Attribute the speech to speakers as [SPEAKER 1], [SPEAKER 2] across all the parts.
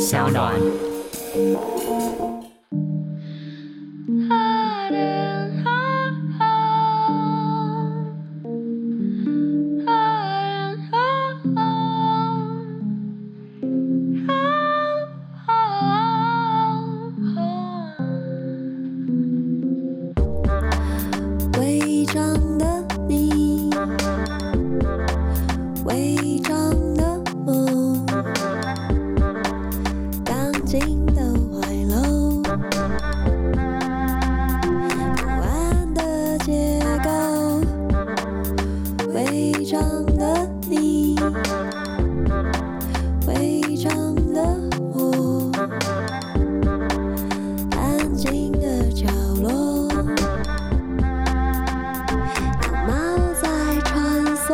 [SPEAKER 1] 小暖。
[SPEAKER 2] 伪装的你，伪装的我，钢筋的怀楼，不安的结构，伪装的你，伪装的我，安静的角落。有猫在穿梭。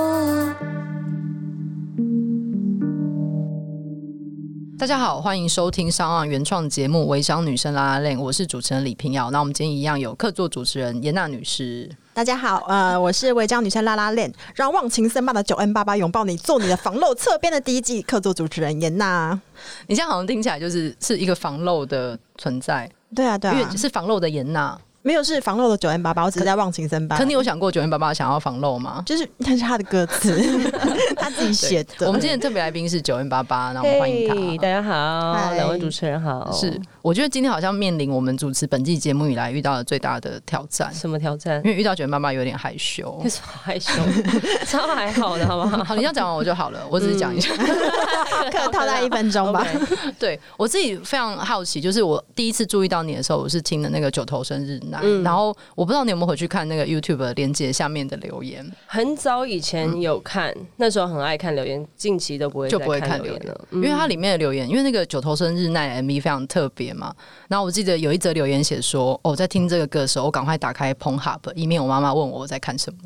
[SPEAKER 3] 大家好，欢迎收听上岸原创节目《微商女生拉拉链》，我是主持人李平遥。那我们今天一样有客座主持人严娜女士。
[SPEAKER 4] 大家好，呃，我是违章女生拉拉链，让忘情森巴的九 N 八八拥抱你，做你的防漏侧边的第一季客座主持人严娜。
[SPEAKER 3] 你现在好像听起来就是是一个防漏的存在，
[SPEAKER 4] 对啊，对
[SPEAKER 3] 因
[SPEAKER 4] 啊
[SPEAKER 3] 为，是防漏的严娜。
[SPEAKER 4] 没有是防漏的九 N 八八，我只是在忘情森巴。
[SPEAKER 3] 可你有想过九零八八想要防漏吗？
[SPEAKER 4] 就是那是他的歌 词，他自己写的。
[SPEAKER 3] 我们今天的特别来宾是九零八八，那我们欢迎
[SPEAKER 5] 嘿
[SPEAKER 3] 他。
[SPEAKER 5] 大家好，
[SPEAKER 4] 嗨
[SPEAKER 5] 两位主持人好。
[SPEAKER 3] 是，我觉得今天好像面临我们主持本季节目以来遇到的最大的挑战，
[SPEAKER 5] 什么挑战
[SPEAKER 3] 因？为遇到九零八八有点害 羞
[SPEAKER 5] 为。什么害羞？超还好的，好不 好？
[SPEAKER 3] 好，你要讲完我就好了，我只是讲一下。
[SPEAKER 4] 可能套在一分 钟吧。
[SPEAKER 3] 对我自己非常好奇，就是我第一次注意到你的时候，我是听的那个九头生日奶，
[SPEAKER 5] 嗯
[SPEAKER 3] 然后我不知道你有没有回去看那个 YouTube 的链接下面的留言，
[SPEAKER 5] 很早以前有看，那时候很爱看留言，近期都不会
[SPEAKER 3] 嗯就不会
[SPEAKER 5] 再看嗯
[SPEAKER 3] 看留言
[SPEAKER 5] 了。
[SPEAKER 3] 因为它里面的留言，因为那个九头生日奈的 MV 非常特别嘛。然后我记得有一则留言写说：“哦，我在听这个歌的时候，我赶快打开 p o n h u b 以免我妈妈问我我在看什么。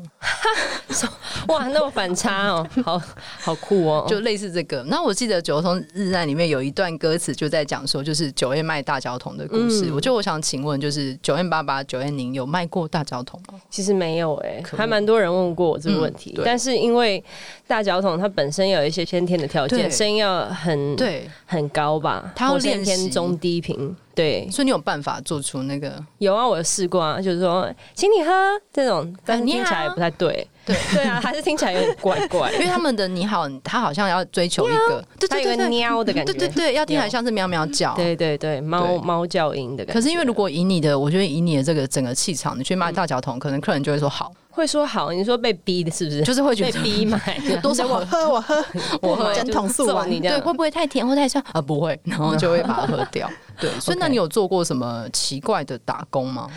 [SPEAKER 5] 哇，那么反差 哦，好好酷哦。
[SPEAKER 3] 就类似这个。那我记得九头生日奈里面有一段歌词就在讲说，就是九 A 卖大脚桶的故事。
[SPEAKER 5] 嗯
[SPEAKER 3] 我就我想请问，就是九 N 爸爸九 N 您有卖过大脚桶吗？
[SPEAKER 5] 其实没有哎、
[SPEAKER 3] 可恶
[SPEAKER 5] 还蛮多人问过我这个问题
[SPEAKER 3] 嗯，对
[SPEAKER 5] 但是因为大脚桶它本身有一些先天的条
[SPEAKER 3] 对
[SPEAKER 5] 件，声音要很
[SPEAKER 3] 对。
[SPEAKER 5] 很高吧，
[SPEAKER 3] 它要
[SPEAKER 5] 我先
[SPEAKER 3] 练习
[SPEAKER 5] 天中低频，对，
[SPEAKER 3] 所以你有办法做出那个
[SPEAKER 5] 有啊，我有试过啊，就是说，请你喝这种，但是
[SPEAKER 3] 啊你
[SPEAKER 5] 听起来
[SPEAKER 3] 好
[SPEAKER 5] 也不太对。
[SPEAKER 3] 对
[SPEAKER 5] 对啊，还是听起来有点怪怪
[SPEAKER 3] 因。为他们的你好，他好像要追求一个， 对
[SPEAKER 5] 它
[SPEAKER 3] 对
[SPEAKER 5] 有
[SPEAKER 3] 对
[SPEAKER 5] 个
[SPEAKER 3] 对，
[SPEAKER 5] 喵的感觉，
[SPEAKER 3] 对对对，要听起来像是喵喵叫。
[SPEAKER 5] 对对对，猫
[SPEAKER 3] 嗯对
[SPEAKER 5] 猫叫音的感觉。
[SPEAKER 3] 可是因为如果以你的，我觉得以你的这个整个气场，你去卖大脚桶，可能客人就会说好，
[SPEAKER 5] 会说好，你说被逼的是不 是？
[SPEAKER 3] 就是会觉
[SPEAKER 5] 被
[SPEAKER 3] 得
[SPEAKER 5] 逼买，
[SPEAKER 3] 多少
[SPEAKER 4] 我喝，我喝，
[SPEAKER 3] 我喝
[SPEAKER 4] 针筒素啊
[SPEAKER 5] 揍
[SPEAKER 4] 丸
[SPEAKER 5] 你这
[SPEAKER 3] 对
[SPEAKER 5] 样
[SPEAKER 3] 会。不会太甜或太酸啊？不会，然后就会把它喝 掉。对，所以那你有做过什么奇怪的打工吗？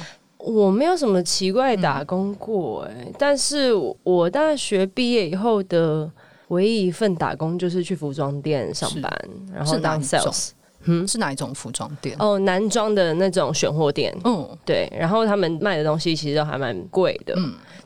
[SPEAKER 5] 我没有什么奇怪
[SPEAKER 3] 嗯
[SPEAKER 5] 打工过哎、但是我大学毕业以后的唯一一份打工就是去服装店上班，然后
[SPEAKER 3] 是哪
[SPEAKER 5] 当
[SPEAKER 3] 一种
[SPEAKER 5] sales。嗯
[SPEAKER 3] 是哪一种服装店？
[SPEAKER 5] 哦，男装的那种选货店，
[SPEAKER 3] 嗯，
[SPEAKER 5] 对，然后他们卖的东西其实都还蛮贵的，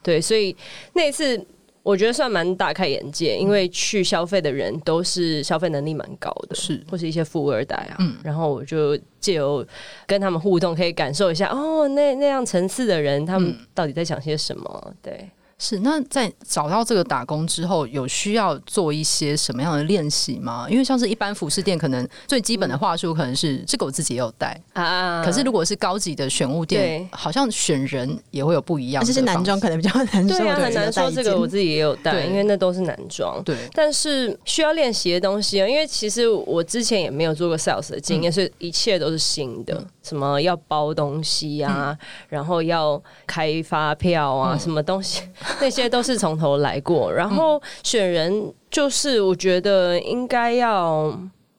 [SPEAKER 5] 对，所以那一次我觉得算蛮大开眼界，因为去消费的人都是消费能力蛮高的，
[SPEAKER 3] 是
[SPEAKER 5] 或是一些富二代啊，
[SPEAKER 3] 嗯
[SPEAKER 5] 然后我就借由跟他们互动，可以感受一下哦，那那样层次的人他
[SPEAKER 3] 嗯
[SPEAKER 5] 们到底在想些什么，对。
[SPEAKER 3] 是，那在找到这个打工之后，有需要做一些什么样的练习吗？因为像是一般服饰店，可能最基本的话术可能是、这个我自己也有带，
[SPEAKER 5] 啊
[SPEAKER 3] 可是如果是高级的选物店
[SPEAKER 5] 对，
[SPEAKER 3] 好像选人也会有不一样
[SPEAKER 4] 而
[SPEAKER 3] 的方
[SPEAKER 4] 且
[SPEAKER 3] 式，
[SPEAKER 4] 是男装，可能比较难受。
[SPEAKER 5] 对啊，
[SPEAKER 4] 我
[SPEAKER 5] 很
[SPEAKER 4] 只能带
[SPEAKER 5] 难说
[SPEAKER 4] 一
[SPEAKER 5] 这
[SPEAKER 4] 件
[SPEAKER 5] 个我自己也有带，
[SPEAKER 3] 对
[SPEAKER 5] 因为那都是男装。
[SPEAKER 3] 对，
[SPEAKER 5] 但是需要练习的东西啊，因为其实我之前也没有做过 sales 的经验，所以一切都是新的，什么要包东西啊，然后要开发票啊，什么东西那些都是从头来过。然后选人就是我觉得应该要，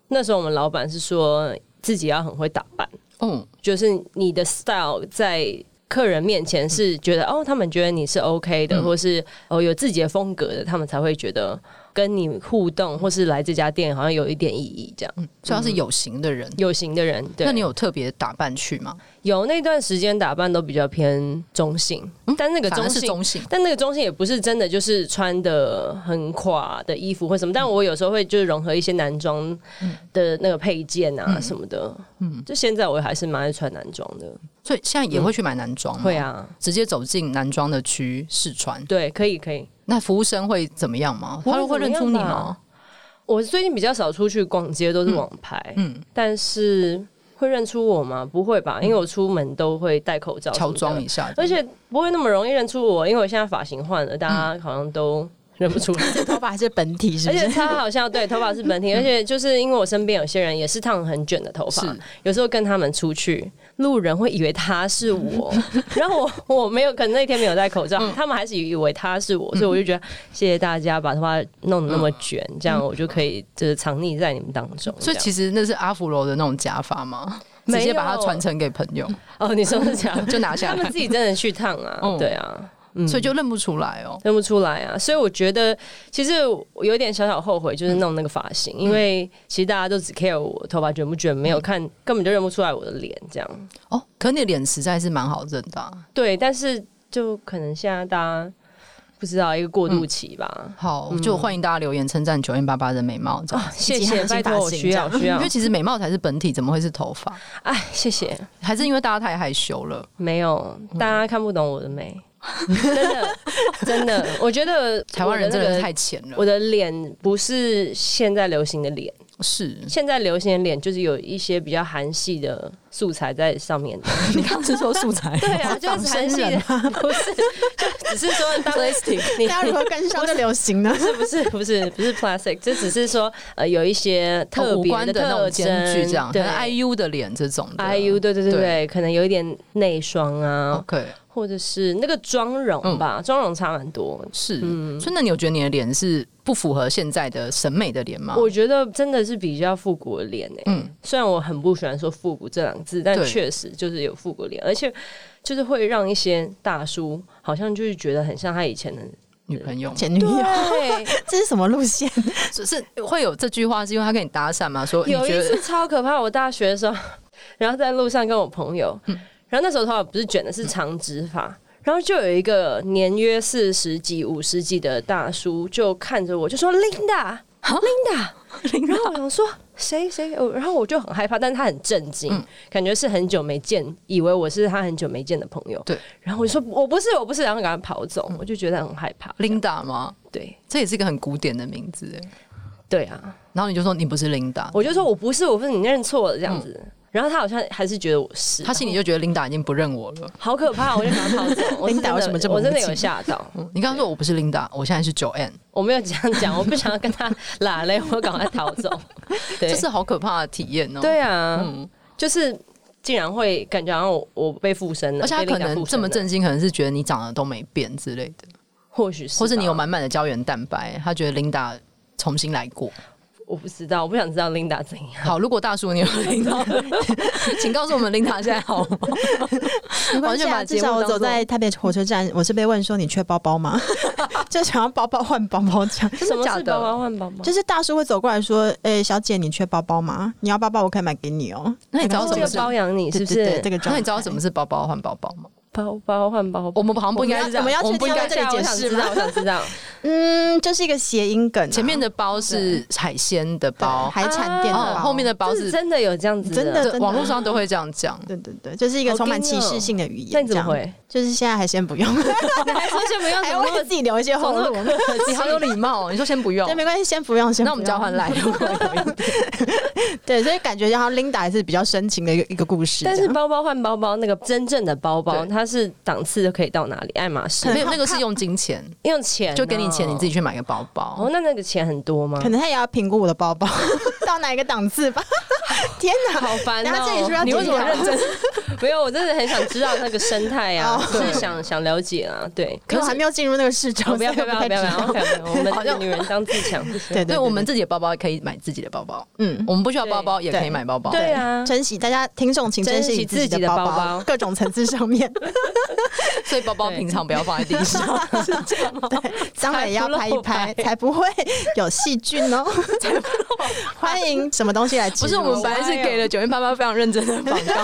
[SPEAKER 5] 那时候我们老板是说自己要很会打扮，
[SPEAKER 3] 嗯，
[SPEAKER 5] 就是你的 style 在。客人面前是觉得、哦，他们觉得你是 OK 的，
[SPEAKER 3] 嗯
[SPEAKER 5] 或是哦有自己的风格的，他们才会觉得跟你互动，或是来这家店好像有一点意义。这样
[SPEAKER 3] 主要是有型的人。
[SPEAKER 5] 有型的人，对，
[SPEAKER 3] 嗯那你有特别打扮去吗？
[SPEAKER 5] 有那段时间打扮都比较偏中性，但那个
[SPEAKER 3] 嗯反
[SPEAKER 5] 中
[SPEAKER 3] 而是
[SPEAKER 5] 性
[SPEAKER 3] 中性，
[SPEAKER 5] 但那个中性也不是真的就是穿的很垮的衣服或什
[SPEAKER 3] 嗯
[SPEAKER 5] 么，但我有时候会就是融合一些男装的那个配件啊什么的，嗯，就现在我还是蛮爱穿男装的，
[SPEAKER 3] 所以现在也会去买男装、
[SPEAKER 5] 会，啊，
[SPEAKER 3] 直接走进男装的区试穿。
[SPEAKER 5] 对，可以可以，
[SPEAKER 3] 那服务生会怎么样吗？
[SPEAKER 5] 不会
[SPEAKER 3] 他会认出你
[SPEAKER 5] 怎么样
[SPEAKER 3] 吗？
[SPEAKER 5] 我最近比较少出去逛街，都是网拍，
[SPEAKER 3] 嗯，
[SPEAKER 5] 但是会认出我吗？不会吧，因为我出门都会戴口罩，
[SPEAKER 3] 嗯乔装一，下，
[SPEAKER 5] 而且不会那么容易认出我，因为我现在发型换了，大
[SPEAKER 3] 嗯
[SPEAKER 5] 家好像都认不出 来。
[SPEAKER 4] 头发还是本体是
[SPEAKER 5] 而
[SPEAKER 4] 不
[SPEAKER 5] 且
[SPEAKER 4] 是？
[SPEAKER 5] 他好像对头发是本体，而且就是因为我身边有些人也是烫很卷的头发
[SPEAKER 3] 是，
[SPEAKER 5] 有时候跟他们出去，路人会以为他 是我，然后我我没有，可能那天没有戴口罩，
[SPEAKER 3] 嗯
[SPEAKER 5] 他们还是以为他是我，所以我就觉得谢谢大家把头发弄得那么卷，这样我就可以就是藏匿在你们当中。
[SPEAKER 3] 嗯所以其
[SPEAKER 5] 实
[SPEAKER 3] 实那是阿芙柔的那种假发吗？直
[SPEAKER 5] 没
[SPEAKER 3] 接把它
[SPEAKER 5] 有
[SPEAKER 3] 传承给朋友，
[SPEAKER 5] 哦，你说是这样，
[SPEAKER 3] 就拿下
[SPEAKER 5] 他
[SPEAKER 3] 来
[SPEAKER 5] 们，自己真的去烫啊，
[SPEAKER 3] 嗯
[SPEAKER 5] 对啊，嗯
[SPEAKER 3] 所以就认不出来哦。
[SPEAKER 5] 认不出来啊，所以我觉得其实我有点小小后悔，就是弄那个发型，因为其实大家都只 care 我头发卷不卷，
[SPEAKER 3] 嗯
[SPEAKER 5] 没有看根本就认不出来我的脸这样。
[SPEAKER 3] 哦，可你的脸实在是蛮好认的啊、
[SPEAKER 5] 对，但是就可能现在大家不知道一个过渡
[SPEAKER 3] 嗯
[SPEAKER 5] 期吧。
[SPEAKER 3] 好，就欢迎大家留言称赞九零八八的美貌，这样。
[SPEAKER 5] 哦
[SPEAKER 3] 嗯
[SPEAKER 5] 谢
[SPEAKER 4] 以及
[SPEAKER 5] 谢，
[SPEAKER 4] 还是
[SPEAKER 5] 拜
[SPEAKER 4] 发
[SPEAKER 5] 托，我
[SPEAKER 4] 型
[SPEAKER 5] 需要
[SPEAKER 4] 这样
[SPEAKER 5] 需
[SPEAKER 3] 因
[SPEAKER 5] 要
[SPEAKER 3] 为。其实美貌才是本体，怎么会是头发？
[SPEAKER 5] 哎，谢谢，
[SPEAKER 3] 还是因为大家太害羞了？
[SPEAKER 5] 没有，
[SPEAKER 3] 嗯
[SPEAKER 5] 大家看不懂我的 美，真的真的，我觉得
[SPEAKER 3] 台湾人
[SPEAKER 5] 我
[SPEAKER 3] 真
[SPEAKER 5] 那
[SPEAKER 3] 的
[SPEAKER 5] 个
[SPEAKER 3] 是太浅了。
[SPEAKER 5] 我的脸不是现在流行的脸。
[SPEAKER 3] 是
[SPEAKER 5] 现在流行的脸就是有一些比较韩系的素材在上面的，
[SPEAKER 3] 你刚刚是说素材？
[SPEAKER 5] 对啊，就是韩系的，啊不是，就只是 说当 plastic，你
[SPEAKER 4] 大家如何跟上这流行呢？
[SPEAKER 5] 不是不是不是 plastic，就只是说呃有一些特
[SPEAKER 3] 哦五
[SPEAKER 5] 别
[SPEAKER 3] 官的那
[SPEAKER 5] 特
[SPEAKER 3] 种
[SPEAKER 5] 征
[SPEAKER 3] 间距，这样，可
[SPEAKER 5] 对
[SPEAKER 3] 能 IU 的脸这种的
[SPEAKER 5] IU 对对对
[SPEAKER 3] 对哦
[SPEAKER 5] 对，可能有一点内双啊，
[SPEAKER 3] OK
[SPEAKER 5] 或者是那个妆容
[SPEAKER 3] 嗯
[SPEAKER 5] 吧，妆容差蛮多。
[SPEAKER 3] 是。
[SPEAKER 5] 嗯
[SPEAKER 3] 所以那你有觉得你的脸是不符合现在的审美的脸吗？
[SPEAKER 5] 我觉得真的是比较复古的脸诶、
[SPEAKER 3] 啊嗯
[SPEAKER 5] 虽然我很不喜欢说复古这两个字，但
[SPEAKER 3] 对
[SPEAKER 5] 确实就是有复古脸，而且就是会让一些大叔好像就是觉得很像他以前 的。
[SPEAKER 3] 女朋友
[SPEAKER 4] 前女友，
[SPEAKER 5] 对，
[SPEAKER 4] 这是什么路线？
[SPEAKER 3] 是是会有这句话，是因为他跟你搭讪吗？说你
[SPEAKER 5] 有
[SPEAKER 3] 觉
[SPEAKER 5] 一
[SPEAKER 3] 得
[SPEAKER 5] 次超可怕，我大学的时候， 然后在路上跟我朋友，
[SPEAKER 3] 嗯
[SPEAKER 5] 然后那时候头发不是卷的，是长直发。然后就有一个年约四十几、五十几的大叔，就看着我，就说：“Linda，Linda。然 后我想说：“谁谁？”我然后我就很害怕，但是他很震惊，
[SPEAKER 3] 嗯
[SPEAKER 5] 感觉是很久没见，以为我是他很久没见的朋友。
[SPEAKER 3] 对。嗯
[SPEAKER 5] 然后我就说：“我不是，我不是。”然后赶快跑走，我就觉得很害怕。
[SPEAKER 3] Linda 吗？
[SPEAKER 5] 对
[SPEAKER 3] 这也是一个很古典的名字哎。
[SPEAKER 5] 对啊，
[SPEAKER 3] 然后你就说你不是 Linda，
[SPEAKER 5] 我就说我不是，我不是，你认错了这样
[SPEAKER 3] 嗯
[SPEAKER 5] 子。然后他好像还是觉得我是，
[SPEAKER 3] 他心里就觉得 Linda 已经不认我了。
[SPEAKER 5] 好可怕，我就赶快 跑走。我是真
[SPEAKER 4] Linda
[SPEAKER 5] 的
[SPEAKER 4] 为什么这么
[SPEAKER 5] 我真的
[SPEAKER 4] 无
[SPEAKER 5] 有
[SPEAKER 4] 情
[SPEAKER 5] 吓到，
[SPEAKER 3] 嗯你刚刚说我不是 Linda，我现在是 Joanne，
[SPEAKER 5] 我没有这样讲，我不想要跟他拉嘞，我赶快逃 走。对，
[SPEAKER 3] 这是好可怕的体验哦。
[SPEAKER 5] 对啊，
[SPEAKER 3] 嗯
[SPEAKER 5] 就是竟然会感觉好像我我被附身了，
[SPEAKER 3] 而且他
[SPEAKER 5] 被
[SPEAKER 3] 可
[SPEAKER 5] Linda
[SPEAKER 3] 能
[SPEAKER 5] 附
[SPEAKER 3] 这
[SPEAKER 5] 身
[SPEAKER 3] 么
[SPEAKER 5] 了，
[SPEAKER 3] 震惊，可能是觉得你长得都没变之类的，
[SPEAKER 5] 或许是吧，
[SPEAKER 3] 或是你有满满的胶原蛋白，他觉得 Linda 重新来 过。
[SPEAKER 5] 我不知道，我不想知道 Linda 怎样。
[SPEAKER 3] 好，如果大叔你有听 到的，请告诉我们 Linda 现在好吗？完
[SPEAKER 4] 没关系
[SPEAKER 3] 全把
[SPEAKER 4] 啊，
[SPEAKER 3] 节
[SPEAKER 4] 至
[SPEAKER 3] 目当
[SPEAKER 4] 少我
[SPEAKER 3] 做
[SPEAKER 4] 走在台北火车 站，我是被问说你缺包包吗？ 就想要包包换包包这样。
[SPEAKER 5] 什么
[SPEAKER 3] 假
[SPEAKER 5] 是
[SPEAKER 3] 的
[SPEAKER 5] 包包换包包？
[SPEAKER 4] 就是大叔会走过来说：“诶，小姐，你缺包包吗？你要包包，我可以买给你哦。”
[SPEAKER 3] 那你知道
[SPEAKER 5] 然后
[SPEAKER 3] 什
[SPEAKER 5] 这
[SPEAKER 3] 么
[SPEAKER 5] 个
[SPEAKER 3] 是？
[SPEAKER 5] 包养你是不
[SPEAKER 4] 对对
[SPEAKER 5] 是
[SPEAKER 4] 对这？个状
[SPEAKER 3] 那
[SPEAKER 4] 态
[SPEAKER 3] 你知道什么是包包换包包吗？
[SPEAKER 5] 包包换包
[SPEAKER 3] 我，
[SPEAKER 5] 包
[SPEAKER 3] 们好像不应该
[SPEAKER 4] 我们要我们要
[SPEAKER 3] 我们不应 该
[SPEAKER 4] 确定要在这里
[SPEAKER 5] 我想
[SPEAKER 4] 解释
[SPEAKER 5] 知道，
[SPEAKER 4] 吗
[SPEAKER 5] 我想知道。
[SPEAKER 4] 嗯，就是一个谐音梗啊、
[SPEAKER 3] 前面的包是海鲜的包，
[SPEAKER 4] 海产店的
[SPEAKER 3] 哦
[SPEAKER 4] 啊包，
[SPEAKER 3] 后面的 包
[SPEAKER 5] 这是
[SPEAKER 3] 是
[SPEAKER 5] 真的有这样子，
[SPEAKER 4] 真的
[SPEAKER 3] 这网络上都会这样讲。
[SPEAKER 4] 对对对，就是一个
[SPEAKER 5] 好
[SPEAKER 4] 充满
[SPEAKER 5] 惊
[SPEAKER 4] 歧
[SPEAKER 5] 哦
[SPEAKER 4] 视性的语
[SPEAKER 5] 那
[SPEAKER 4] 言。
[SPEAKER 5] 你
[SPEAKER 4] 这
[SPEAKER 5] 怎么
[SPEAKER 4] 样？
[SPEAKER 5] 回？
[SPEAKER 4] 就是现在还先 不用，
[SPEAKER 5] 你还说先不要，怎
[SPEAKER 4] 还
[SPEAKER 3] 哎
[SPEAKER 5] 么那么
[SPEAKER 4] 为自己留一些后路。
[SPEAKER 3] 你好有礼貌哦，你说先不用
[SPEAKER 4] 对，，没关系，先不用，先不用
[SPEAKER 3] 那我们交换。赖。
[SPEAKER 4] 对，所以感觉然后 Linda 还是比较深情的一个一个故事这
[SPEAKER 5] 但
[SPEAKER 4] 样。
[SPEAKER 5] 是包包换包包，那个真正的包包，
[SPEAKER 3] 对
[SPEAKER 5] 它是档次可以到哪里？爱马仕
[SPEAKER 3] 没有，那个是用金钱，
[SPEAKER 5] 用钱哦
[SPEAKER 3] 就给你钱，你自己。去买个包
[SPEAKER 5] 哦
[SPEAKER 3] 包，。
[SPEAKER 5] 那那个钱很多吗？
[SPEAKER 4] 可能他也要评估我的包包 到哪一个档次吧。 天哪，
[SPEAKER 5] 好烦
[SPEAKER 4] 然
[SPEAKER 5] 哦！
[SPEAKER 4] 后这里是不是要
[SPEAKER 5] 你为什么
[SPEAKER 4] 剪
[SPEAKER 5] 认真？没有，我真的很想知道那个生态啊，
[SPEAKER 4] 哦
[SPEAKER 5] 就是想想了解啊。对，
[SPEAKER 4] 可是我还没有进入那个市场，
[SPEAKER 5] 哦不要不
[SPEAKER 4] 所
[SPEAKER 5] 要
[SPEAKER 4] 以我
[SPEAKER 5] 不要
[SPEAKER 4] 太
[SPEAKER 5] 不要
[SPEAKER 4] 知道嗯
[SPEAKER 5] 不要！我
[SPEAKER 3] 好
[SPEAKER 5] 们
[SPEAKER 3] 像
[SPEAKER 5] 女人当自强。
[SPEAKER 4] 对
[SPEAKER 3] 对
[SPEAKER 4] 对，
[SPEAKER 3] 我们自己的包包可以买自己的包包，
[SPEAKER 4] 嗯。
[SPEAKER 3] 我们不需要包包也可以
[SPEAKER 4] 对
[SPEAKER 3] 买包包。
[SPEAKER 5] 对啊，
[SPEAKER 4] 珍惜大家听众，请珍
[SPEAKER 5] 珍惜
[SPEAKER 4] 惜
[SPEAKER 5] 自
[SPEAKER 4] 自
[SPEAKER 5] 己
[SPEAKER 4] 己的
[SPEAKER 5] 的
[SPEAKER 4] 包
[SPEAKER 5] 包包
[SPEAKER 4] 包，各种层次上面，
[SPEAKER 3] 所以包包
[SPEAKER 5] 对
[SPEAKER 3] 平常不要放在地上，是这样吗？
[SPEAKER 4] 当然也要拍一拍，才不会有细菌哦。 欢迎什么东西来 植
[SPEAKER 3] 不
[SPEAKER 4] 入？
[SPEAKER 3] 是，我们本来是给了九零八八非常认真的广告。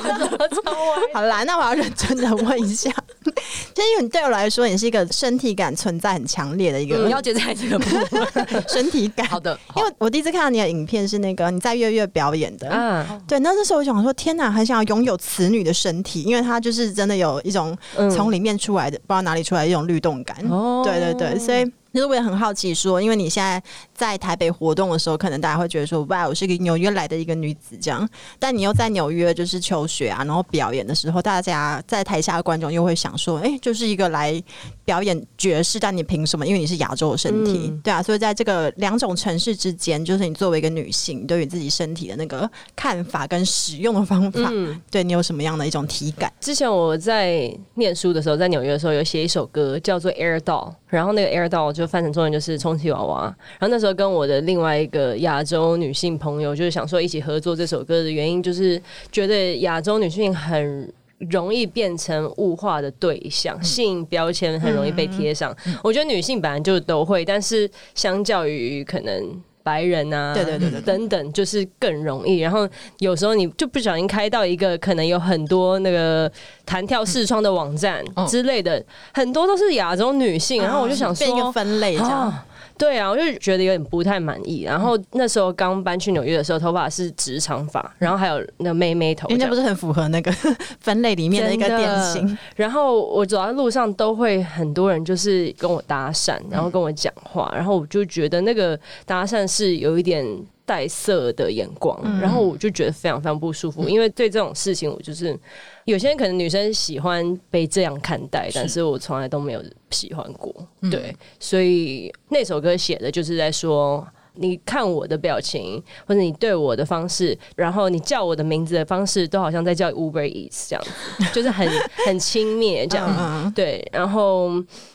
[SPEAKER 4] 好啦，那我要认真的问一下，其实因为你对我来说，你是一个身体感存在很强烈的一
[SPEAKER 3] 你
[SPEAKER 4] 个
[SPEAKER 3] 要接在这个部分。
[SPEAKER 4] 身体感。
[SPEAKER 3] 嗯好的，好
[SPEAKER 4] 因为我第一次看到你的影片是那个你在月月表演的，
[SPEAKER 5] 啊，
[SPEAKER 4] 对，那那时候我想说，天哪，很想要拥有此女的身体，因为她就是真的有一种
[SPEAKER 5] 嗯
[SPEAKER 4] 从里面出来的，不知道哪里出来的一种律动感。
[SPEAKER 5] 哦
[SPEAKER 4] 对对对，所以。就是我也很好奇说因为你现在在台北活动的时候，可能大家会觉得说，哇，我是一个纽约来的一个女子这样。但你又在纽约就是求学啊，然后表演的时候，大家在台下的观众又会想说，哎、就是一个来表演爵士，但你凭什么？因为你是亚洲的身体，
[SPEAKER 5] 嗯
[SPEAKER 4] 对啊。所以在这个两种城市之间，就是你作为一个女性，你对于自己身体的那个看法跟使用的方法，
[SPEAKER 5] 嗯，
[SPEAKER 4] 对你有什么样的一种体感？
[SPEAKER 5] 之前我在念书的时候，在纽约的时候有写一首歌叫做《Air Doll》，然后那个 Air Doll 就翻成中文就是充气娃娃。然后那时候跟我的另外一个亚洲女性朋友，就是想说一起合作这首歌的原因，就是觉得亚洲女性很。容易变成物化的对象，
[SPEAKER 4] 嗯
[SPEAKER 5] 性标签很容易被贴上。我觉得女性本来就都会，但是相较于可能白人啊，
[SPEAKER 4] 对对对对对
[SPEAKER 5] 等等，就是更容易。然后有时候你就不小心开到一个可能有很多那个弹跳视窗的网站
[SPEAKER 4] 哦
[SPEAKER 3] 嗯
[SPEAKER 5] 之类的，很多都是亚洲女性，然后我就想
[SPEAKER 4] 变一个
[SPEAKER 5] 说。
[SPEAKER 4] 啊分类这样。
[SPEAKER 5] 啊，对啊，我就觉得有点不太满意。然后那时候刚搬去纽约的时候，头发是直长发，然后还有那妹妹头这
[SPEAKER 4] 人家
[SPEAKER 5] 样
[SPEAKER 4] 不。是很符合那个分类里面的一个
[SPEAKER 5] 真
[SPEAKER 4] 典
[SPEAKER 5] 的
[SPEAKER 4] 型，
[SPEAKER 5] 然后我走在路上都会很多人就是跟我搭讪，然后跟我讲话，然后我就觉得那个搭讪是有一点带色的眼光，然后我就觉得非常非常不舒服，因为对这种事情我就是有些人可能女生喜欢被这样看待，但是我从来都没有喜欢过，
[SPEAKER 3] 嗯
[SPEAKER 5] 对，所以那首歌写的就是在说。你看我的表情，或者你对我的方式，然后你叫我的名字的方式，都好像在叫 Uber Eats 这样子，就是很很轻蔑这样。
[SPEAKER 4] 嗯嗯
[SPEAKER 5] 对，然后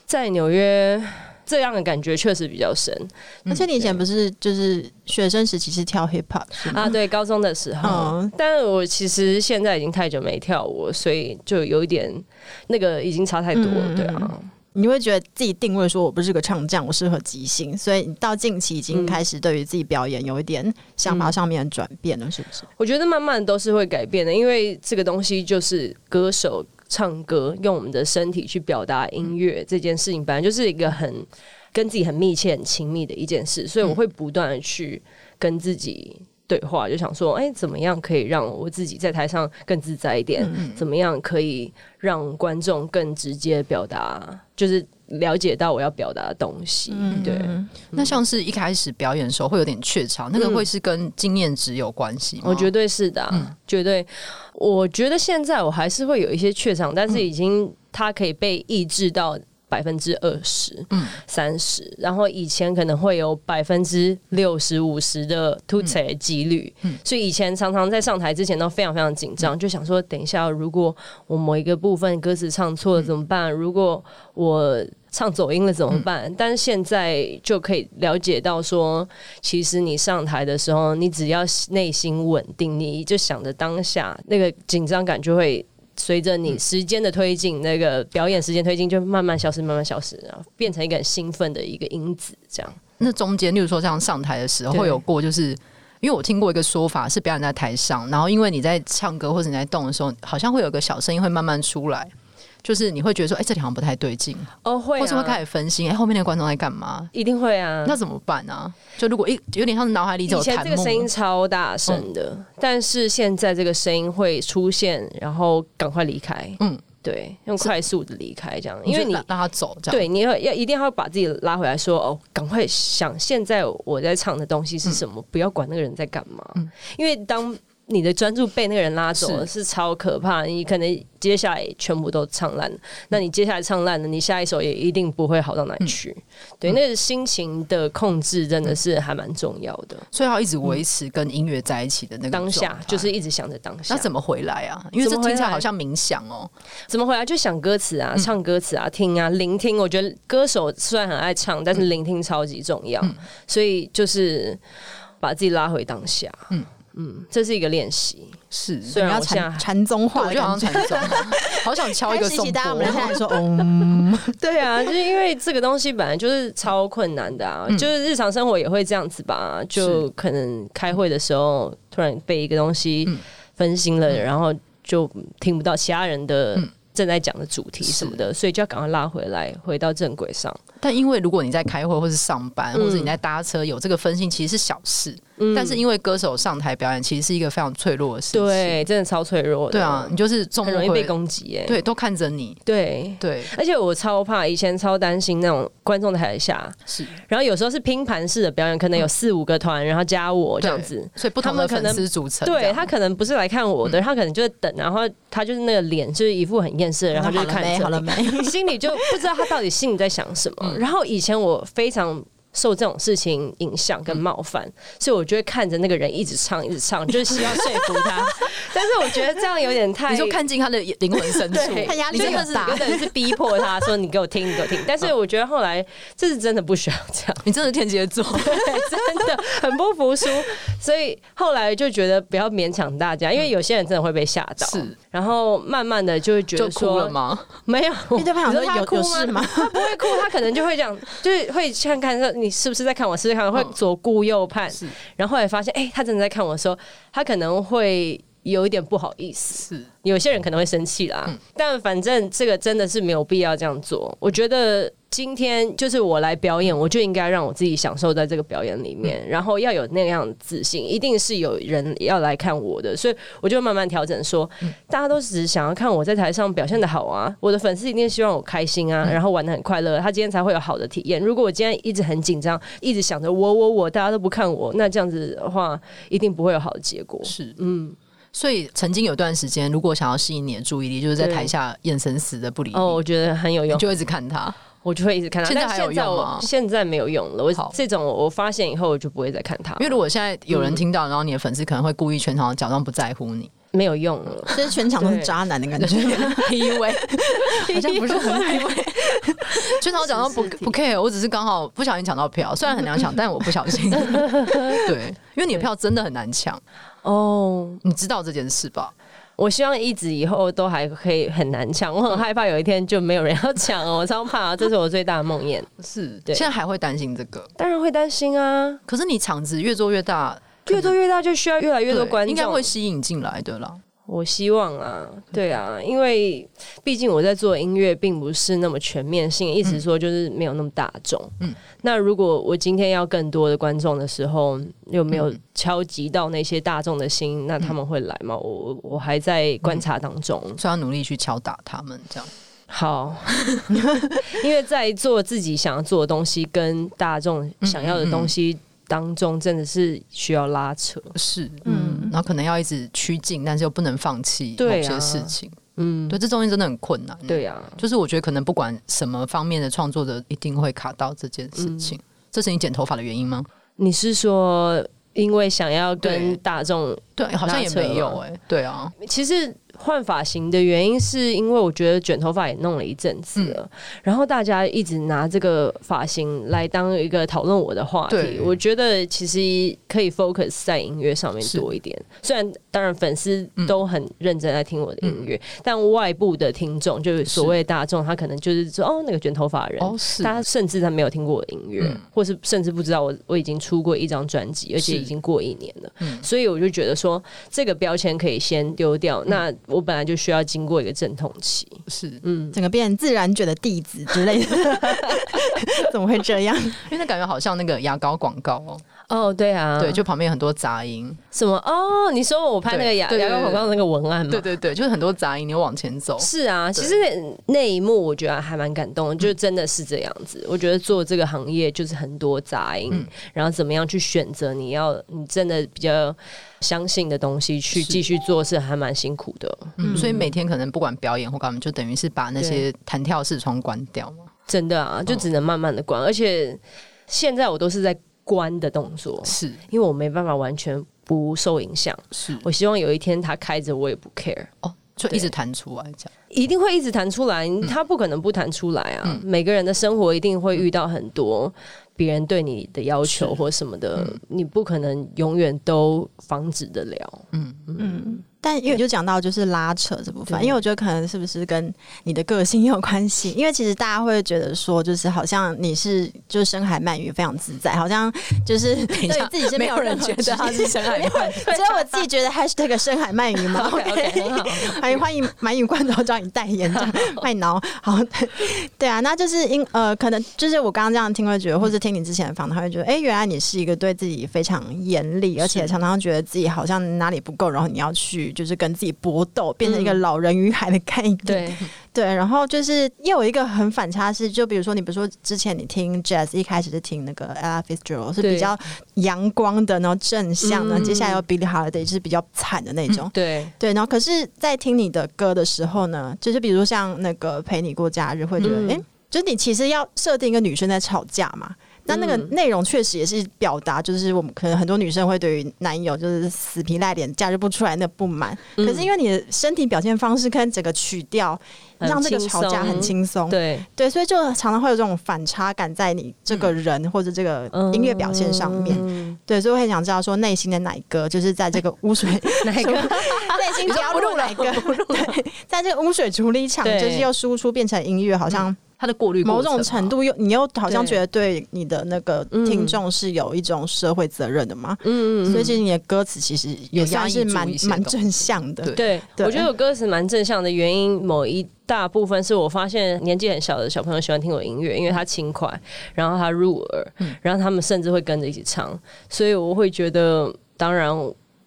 [SPEAKER 5] 在纽约这样的感觉确实比较深
[SPEAKER 4] 嗯。而且你以前不是就是学生时期是跳 hip hop，是吗
[SPEAKER 5] 啊。对，高中的时候，
[SPEAKER 4] 嗯
[SPEAKER 5] 但我其实现在已经太久没跳舞，所以就有一点那个已经差太多了，
[SPEAKER 4] 嗯嗯嗯
[SPEAKER 5] 对啊。
[SPEAKER 4] 你会觉得自己定位说我不是个唱将，我适合即兴，所以你到近期已
[SPEAKER 5] 嗯
[SPEAKER 4] 经开始对于自己表演有一点想法上面的转变了，是不是？
[SPEAKER 5] 我觉得慢慢都是会改变的，因为这个东西就是歌手唱歌用我们的身体去表达音乐这件事情，本来就是一个很跟自己很密切、很亲密的一件事，所以我会不断的去跟自己。对话就想说，哎、怎么样可以让我自己在台上更自在一点？怎么样可以让观众更直接表达，就是了解到我要表达的东西？对，
[SPEAKER 3] 那像是一开始表演的时候会有点怯场，
[SPEAKER 4] 嗯
[SPEAKER 3] 那个会是跟经验值有关系吗？
[SPEAKER 5] 我绝对是的啊、绝对。我觉得现在我还是会有一些怯场，但是已经它可以被抑制到百分之二十、三十，然后以前可能会有百分之六十、五十的突踩的几率，所以以前常常在上台之前都非常非常紧张，就想说等一下如果我某一个部分歌词唱错了怎么办？如果我唱走音了怎么办？但是现在就可以了解到说，其实你上台的时候，你只要内心稳定，你就想着当下，那个紧张感就会随着你时间的推进，那个表演时间推进就慢慢消失，慢慢消失，然后变成一个很兴奋的一个因子，这样。
[SPEAKER 3] 那中间，例如说像上台的时候，
[SPEAKER 5] 对
[SPEAKER 3] 会有过就是。因为我听过一个说法是表演在台上，然后因为你在唱歌或者你在动的时候，好像会有个小声音会慢慢出来，就是你会觉得说，哎、这里好像不太对劲，
[SPEAKER 5] 哦，会、啊，
[SPEAKER 3] 或是会开始分心，哎、后面那个观众在干嘛？
[SPEAKER 5] 一定会啊。
[SPEAKER 3] 那怎么办啊？就如果一有点像是脑海里只
[SPEAKER 5] 以
[SPEAKER 3] 有
[SPEAKER 5] 前
[SPEAKER 3] 弹
[SPEAKER 5] 这个
[SPEAKER 3] 幕
[SPEAKER 5] 声音超大声的，但是现在这个声音会出现，然后赶快离开。
[SPEAKER 3] 嗯
[SPEAKER 5] 嗯，对，用快速的离开这样，
[SPEAKER 3] 就
[SPEAKER 5] 因为你
[SPEAKER 3] 让让他走这样，
[SPEAKER 5] 对，你要要一定要把自己拉回来说，哦，赶快想现在我在唱的东西是什么，不要管那个人在干嘛，因为当你的专注被那个人拉走了，是超可怕。你可能接下来全部都唱烂，那你接下来唱烂了，你下一首也一定不会好到哪里去。对，那个心情的控制真的是还蛮重要的。
[SPEAKER 3] 所以要一直维持跟音乐在一起的那个
[SPEAKER 5] 嗯当下
[SPEAKER 3] 状态
[SPEAKER 5] 就是一直想着当下，
[SPEAKER 3] 那怎么回来啊？因为
[SPEAKER 5] 怎
[SPEAKER 3] 这
[SPEAKER 5] 么
[SPEAKER 3] 听起
[SPEAKER 5] 回
[SPEAKER 3] 来
[SPEAKER 5] 来
[SPEAKER 3] 好像冥想哦、
[SPEAKER 5] 怎么回来就想歌词啊，唱歌词啊，听啊，聆听。我觉得歌手虽然很爱唱，但是聆听超级重要，所以就是把自己拉回当下。嗯嗯，这是一个练习。
[SPEAKER 3] 是，
[SPEAKER 5] 虽
[SPEAKER 4] 你
[SPEAKER 5] 然啊
[SPEAKER 4] 要
[SPEAKER 5] 我现在
[SPEAKER 4] 禅
[SPEAKER 5] 还
[SPEAKER 4] 禅宗化
[SPEAKER 3] 我
[SPEAKER 4] 的
[SPEAKER 3] 就好
[SPEAKER 4] 感
[SPEAKER 3] 像
[SPEAKER 4] 觉。
[SPEAKER 3] 传送，好想敲一个
[SPEAKER 4] 开 始一
[SPEAKER 3] 颂
[SPEAKER 4] 起，大家我
[SPEAKER 3] 钵
[SPEAKER 4] 们。来 看说，嗯，
[SPEAKER 5] 对啊，就是因为这个东西本来就是超困难的啊，就是日常生活也会这样子吧，就可能开会的时候突然被一个东西分心了，然后就听嗯不到其他人的正在讲的主题什么的，所以就要赶快拉回来，回到正轨上。
[SPEAKER 3] 但因为如果你在开会或是上班，
[SPEAKER 5] 嗯
[SPEAKER 3] 或者你在搭车，有这个分心其实是小事，但是因为歌手上台表演，其实是一个非常脆弱的事情。
[SPEAKER 5] 对，真的超脆弱的，
[SPEAKER 3] 对啊，你就是众目
[SPEAKER 5] 很容易被
[SPEAKER 3] 睽
[SPEAKER 5] 攻击耶、
[SPEAKER 3] 对，都看着你，
[SPEAKER 5] 对
[SPEAKER 3] 对，
[SPEAKER 5] 而且我超怕，以前超担心那种观众台下，
[SPEAKER 3] 是
[SPEAKER 5] 然后有时候是拼盘式的表演，可能有四五个团，然后加我这样子。
[SPEAKER 3] 所以不
[SPEAKER 5] 他
[SPEAKER 3] 同
[SPEAKER 5] 们
[SPEAKER 3] 的
[SPEAKER 5] 可
[SPEAKER 3] 粉
[SPEAKER 5] 能
[SPEAKER 3] 丝组成，
[SPEAKER 5] 对他可能不是来看我的，他可能就是等，然后他就是那个脸就是一副很厌世的，然后就是看
[SPEAKER 4] 好
[SPEAKER 5] 着
[SPEAKER 4] 了
[SPEAKER 5] 你，
[SPEAKER 4] 没？
[SPEAKER 5] 心里就不知道他到底心里在想什么。然后以前我非常受这种事情影响跟冒犯，所以我就会看着那个人一直唱一直唱，就是希望说服他。但是我觉得这样有点太
[SPEAKER 3] 你就看进他的灵魂深处，
[SPEAKER 5] 对，
[SPEAKER 4] 他压力
[SPEAKER 5] 就
[SPEAKER 4] 很
[SPEAKER 5] 是
[SPEAKER 4] 大嗯
[SPEAKER 5] 有点是逼迫他说你给我听，你给我听。但是我觉得后来这是真的不需要这样，
[SPEAKER 3] 你真的天蝎 座，
[SPEAKER 5] 真的很不服输。所以后来就觉得不要勉强大家，
[SPEAKER 4] 嗯
[SPEAKER 5] 因为有些人真的会被吓到。
[SPEAKER 3] 是，
[SPEAKER 5] 然后慢慢的就会觉
[SPEAKER 3] 就
[SPEAKER 5] 得
[SPEAKER 3] 哭了
[SPEAKER 5] 说
[SPEAKER 3] 吗？
[SPEAKER 5] 没有，
[SPEAKER 4] 因为对方想
[SPEAKER 5] 你
[SPEAKER 4] 说
[SPEAKER 5] 说他
[SPEAKER 4] 有
[SPEAKER 5] 哭
[SPEAKER 4] 有事吗？
[SPEAKER 5] 他不会哭，他可能就会这样，就是会看看说你是不是在看我，是不是在看我，
[SPEAKER 4] 嗯
[SPEAKER 5] 会左顾右盼。
[SPEAKER 3] 是
[SPEAKER 5] 然后后来发现，哎、他真的在看我的时候，他可能会有一点不好意思。
[SPEAKER 3] 是，
[SPEAKER 5] 有些人可能会生气啦，但反正这个真的是没有必要这样做。我觉得今天就是我来表演，我就应该让我自己享受在这个表演里面，然后要有那样的自信，一定是有人要来看我的，所以我就慢慢调整说，大家都只是想要看我在台上表现的好啊，我的粉丝一定希望我开心啊，然后玩的很快乐，他今天才会有好的体验。如果我今天一直很紧张，一直想着我我我，大家都不看我，那这样子的话，一定不会有好的结果。
[SPEAKER 3] 是，嗯。所以曾经有段时间，如果想要吸引你的注意力，就是在
[SPEAKER 5] 对
[SPEAKER 3] 台下眼神死的不理你，
[SPEAKER 5] 哦，我觉得很有
[SPEAKER 3] 你
[SPEAKER 5] 用。
[SPEAKER 3] 就一直看他。
[SPEAKER 5] 我就会一直看它。
[SPEAKER 3] 现在
[SPEAKER 5] 但
[SPEAKER 3] 还有
[SPEAKER 5] 现在
[SPEAKER 3] 用
[SPEAKER 5] 我
[SPEAKER 3] 吗
[SPEAKER 5] 现在没有用了。我
[SPEAKER 3] 好
[SPEAKER 5] 这种我发现以后，我就不会再看它了，
[SPEAKER 3] 因为如果现在有人听到，然后你的粉丝可能会故意全场假装不在乎 你，
[SPEAKER 5] 没有用 了。
[SPEAKER 4] 其实全场都是渣男的感觉，
[SPEAKER 3] 因为好像不是很因为全场假装不不 care，我只是刚好不小心抢到票，虽然很难 抢，但我不小心。对，因为你的票真的很难抢，
[SPEAKER 5] 哦
[SPEAKER 3] 你知道这件事吧？
[SPEAKER 5] 我希望一直以后都还可以很难抢，我很害怕有一天就没有人要抢 哦，我超怕，这是我最大的梦魇。
[SPEAKER 3] 是，
[SPEAKER 5] 对
[SPEAKER 3] 现在还会担心这个。
[SPEAKER 5] 当然会担心啊，
[SPEAKER 3] 可是你场子越做越大，
[SPEAKER 5] 越多越大就需要越来越多
[SPEAKER 3] 对
[SPEAKER 5] 观众，啊
[SPEAKER 3] 应该会吸引进来的啦。
[SPEAKER 5] 我希望啊，对啊，因为毕竟我在做音乐，并不是那么全面性，一直说就是没有那么大众。嗯，那如果我今天要更多的观众的时候，有没有敲击到那些大众的心？那他们会来吗？我我我还在观察当中。
[SPEAKER 3] 所以要努力去敲打他们，这样
[SPEAKER 5] 嗯好， 因为在做自己想要做的东西，跟大众想要的东西当中，真的是需要拉扯。
[SPEAKER 3] 是，嗯，然后可能要一直趋近，但是又不能放弃某
[SPEAKER 5] 对啊
[SPEAKER 3] 些事情。
[SPEAKER 5] 嗯，
[SPEAKER 3] 对，这中间真的很困难。
[SPEAKER 5] 对啊，
[SPEAKER 3] 就是我觉得可能不管什么方面的创作者，一定会卡到这件事情。这是你剪头发的原因吗？
[SPEAKER 5] 你是说因为想要
[SPEAKER 3] 对
[SPEAKER 5] 跟大众？
[SPEAKER 3] 对，好像也
[SPEAKER 5] 拉扯
[SPEAKER 3] 没有哎、对啊，
[SPEAKER 5] 其实换发型的原因是因为我觉得卷头发也弄了一阵子了，
[SPEAKER 3] 嗯
[SPEAKER 5] 然后大家一直拿这个发型来当一个讨论我的话题
[SPEAKER 3] 对，
[SPEAKER 5] 我觉得其实可以 focus 在音乐上面
[SPEAKER 3] 是
[SPEAKER 5] 多一点。虽然当然粉丝都很认真在听我的音乐，
[SPEAKER 3] 嗯
[SPEAKER 5] 但外部的听众就是所谓大众，他可能就是说哦那个卷头发的人。
[SPEAKER 3] 哦是，
[SPEAKER 5] 大家甚至他没有听过我的音乐，
[SPEAKER 3] 嗯
[SPEAKER 5] 或是甚至不知道我我已经出过一张专辑，而且
[SPEAKER 3] 是
[SPEAKER 5] 已经过一年了。
[SPEAKER 3] 嗯
[SPEAKER 5] 所以我就觉得说，这个标签可以先丢掉。
[SPEAKER 3] 嗯
[SPEAKER 5] 那我本来就需要经过一个阵痛期，
[SPEAKER 3] 是
[SPEAKER 5] 嗯，
[SPEAKER 4] 整个变成自然卷的弟子之类的， 怎么会这样？
[SPEAKER 3] 因为那感觉好像那个牙膏广告哦，
[SPEAKER 5] 哦，对啊，
[SPEAKER 3] 对，就旁边很多杂音，
[SPEAKER 5] 什么哦，你说我拍那个牙
[SPEAKER 3] 对对
[SPEAKER 5] 牙膏广告的那个文案吗？
[SPEAKER 3] 对对对，就是很多杂音，你往前走，
[SPEAKER 5] 是啊，其实那那一幕我觉得还蛮感动的，
[SPEAKER 3] 嗯
[SPEAKER 5] 就真的是这样子。我觉得做这个行业就是很多杂音，
[SPEAKER 3] 嗯
[SPEAKER 5] 然后怎么样去选择你要你真的比较相信的东西去
[SPEAKER 3] 是
[SPEAKER 5] 继续做，是还蛮辛苦的，
[SPEAKER 3] 嗯，所以每天可能不管表演或干嘛，就等于是把那些弹跳视窗关掉嘛，
[SPEAKER 5] 真的啊，
[SPEAKER 3] 嗯
[SPEAKER 5] 就只能慢慢的关。而且现在我都是在关的动作，
[SPEAKER 3] 是
[SPEAKER 5] 因为我没办法完全不受影响。
[SPEAKER 3] 是，
[SPEAKER 5] 我希望有一天它开着，我也不 care，
[SPEAKER 3] 哦，就一直弹出来这样，
[SPEAKER 5] 一定会一直弹出来，
[SPEAKER 3] 嗯
[SPEAKER 5] 它不可能不弹出来啊。每个人的生活一定会遇到很多别人对你的要求
[SPEAKER 3] 是嗯
[SPEAKER 5] 或什么的，你不可能永远都防止得了。
[SPEAKER 4] 嗯，但因为就讲到就是拉扯这部分，因为我觉得可能是不是跟你的个性也有关系？因为其实大家会觉得说，就是好像你是就是深海鳗鱼非常自在，好像 就是
[SPEAKER 3] 一下
[SPEAKER 4] 对自己是
[SPEAKER 3] 没
[SPEAKER 4] 有
[SPEAKER 3] 有
[SPEAKER 4] 任
[SPEAKER 3] 人
[SPEAKER 4] 何
[SPEAKER 3] 觉得
[SPEAKER 4] 质疑
[SPEAKER 3] 他是深海鳗鱼
[SPEAKER 4] 没有 只有我自己觉得 hashtag 深海鳗鱼 嘛。
[SPEAKER 5] OK，很好
[SPEAKER 4] 欢迎欢迎，鳗鱼罐头找你代言，这样卖挠。好， 对对啊，那就是因呃，可能就是我刚刚这样听会觉得，或是听你之前的访谈会觉得，哎、原来你是一个对自己非常严厉，而且常常觉得自己好像哪里不够，然后你要去就是跟自己搏斗，变成一个
[SPEAKER 5] 嗯
[SPEAKER 4] 老人与海的概念。
[SPEAKER 5] 对，
[SPEAKER 4] 对，然后就是也有一个很反差是，就比如说你比如说之前你听 jazz 一开始是听那个 Ella Fitzgerald 是
[SPEAKER 5] 对
[SPEAKER 4] 比较阳光的，然后正向的，
[SPEAKER 5] 嗯
[SPEAKER 4] 接下来有 Billie Holiday 就是比较惨的那种。
[SPEAKER 5] 对，
[SPEAKER 4] 对，然后可是，在听你的歌的时候呢，就是比如说像那个陪你过假日，会觉得，
[SPEAKER 5] 嗯
[SPEAKER 4] 哎、就是你其实要设定一个女生在吵架嘛。那那个
[SPEAKER 5] 嗯
[SPEAKER 4] 内容确实也是表达，就是我们可能很多女生会对于男友就是死皮赖脸、假日不出来那不满。
[SPEAKER 5] 嗯
[SPEAKER 4] 可是因为你的身体表现方式跟整个曲调，
[SPEAKER 5] 很
[SPEAKER 4] 让这个
[SPEAKER 5] 轻
[SPEAKER 4] 吵架很
[SPEAKER 5] 松
[SPEAKER 4] 轻松。
[SPEAKER 5] 对，
[SPEAKER 4] 对，所以就常常会有这种反差感在你这个人或者这个音乐表现上面。
[SPEAKER 5] 嗯
[SPEAKER 4] 对，所以我很想知道说内心的哪一个，就是在这个污水
[SPEAKER 5] 哪一个？
[SPEAKER 4] 内心不要入哪一个，对，在这个污水处理厂，
[SPEAKER 5] 对
[SPEAKER 4] 就是又输出变成音乐，好像
[SPEAKER 3] 它的过滤过啊
[SPEAKER 4] 某种
[SPEAKER 3] 嘛
[SPEAKER 4] 程，度又你又好像
[SPEAKER 5] 对
[SPEAKER 4] 觉得对你的那个听众是有一种社会责任的嘛，
[SPEAKER 5] 嗯
[SPEAKER 4] 所以其实你的歌词其实也算是蛮
[SPEAKER 3] 有压抑住一些
[SPEAKER 4] 蛮
[SPEAKER 3] 东西
[SPEAKER 4] 正向的，
[SPEAKER 3] 对
[SPEAKER 5] 对，
[SPEAKER 4] 对
[SPEAKER 5] 我觉得我歌词蛮正向的原因，某一大部分是我发现年纪很小的小朋友喜欢听我音乐，因为它轻快，然后它入耳，然后他们甚至会跟着一起唱，所以我会觉得，当然，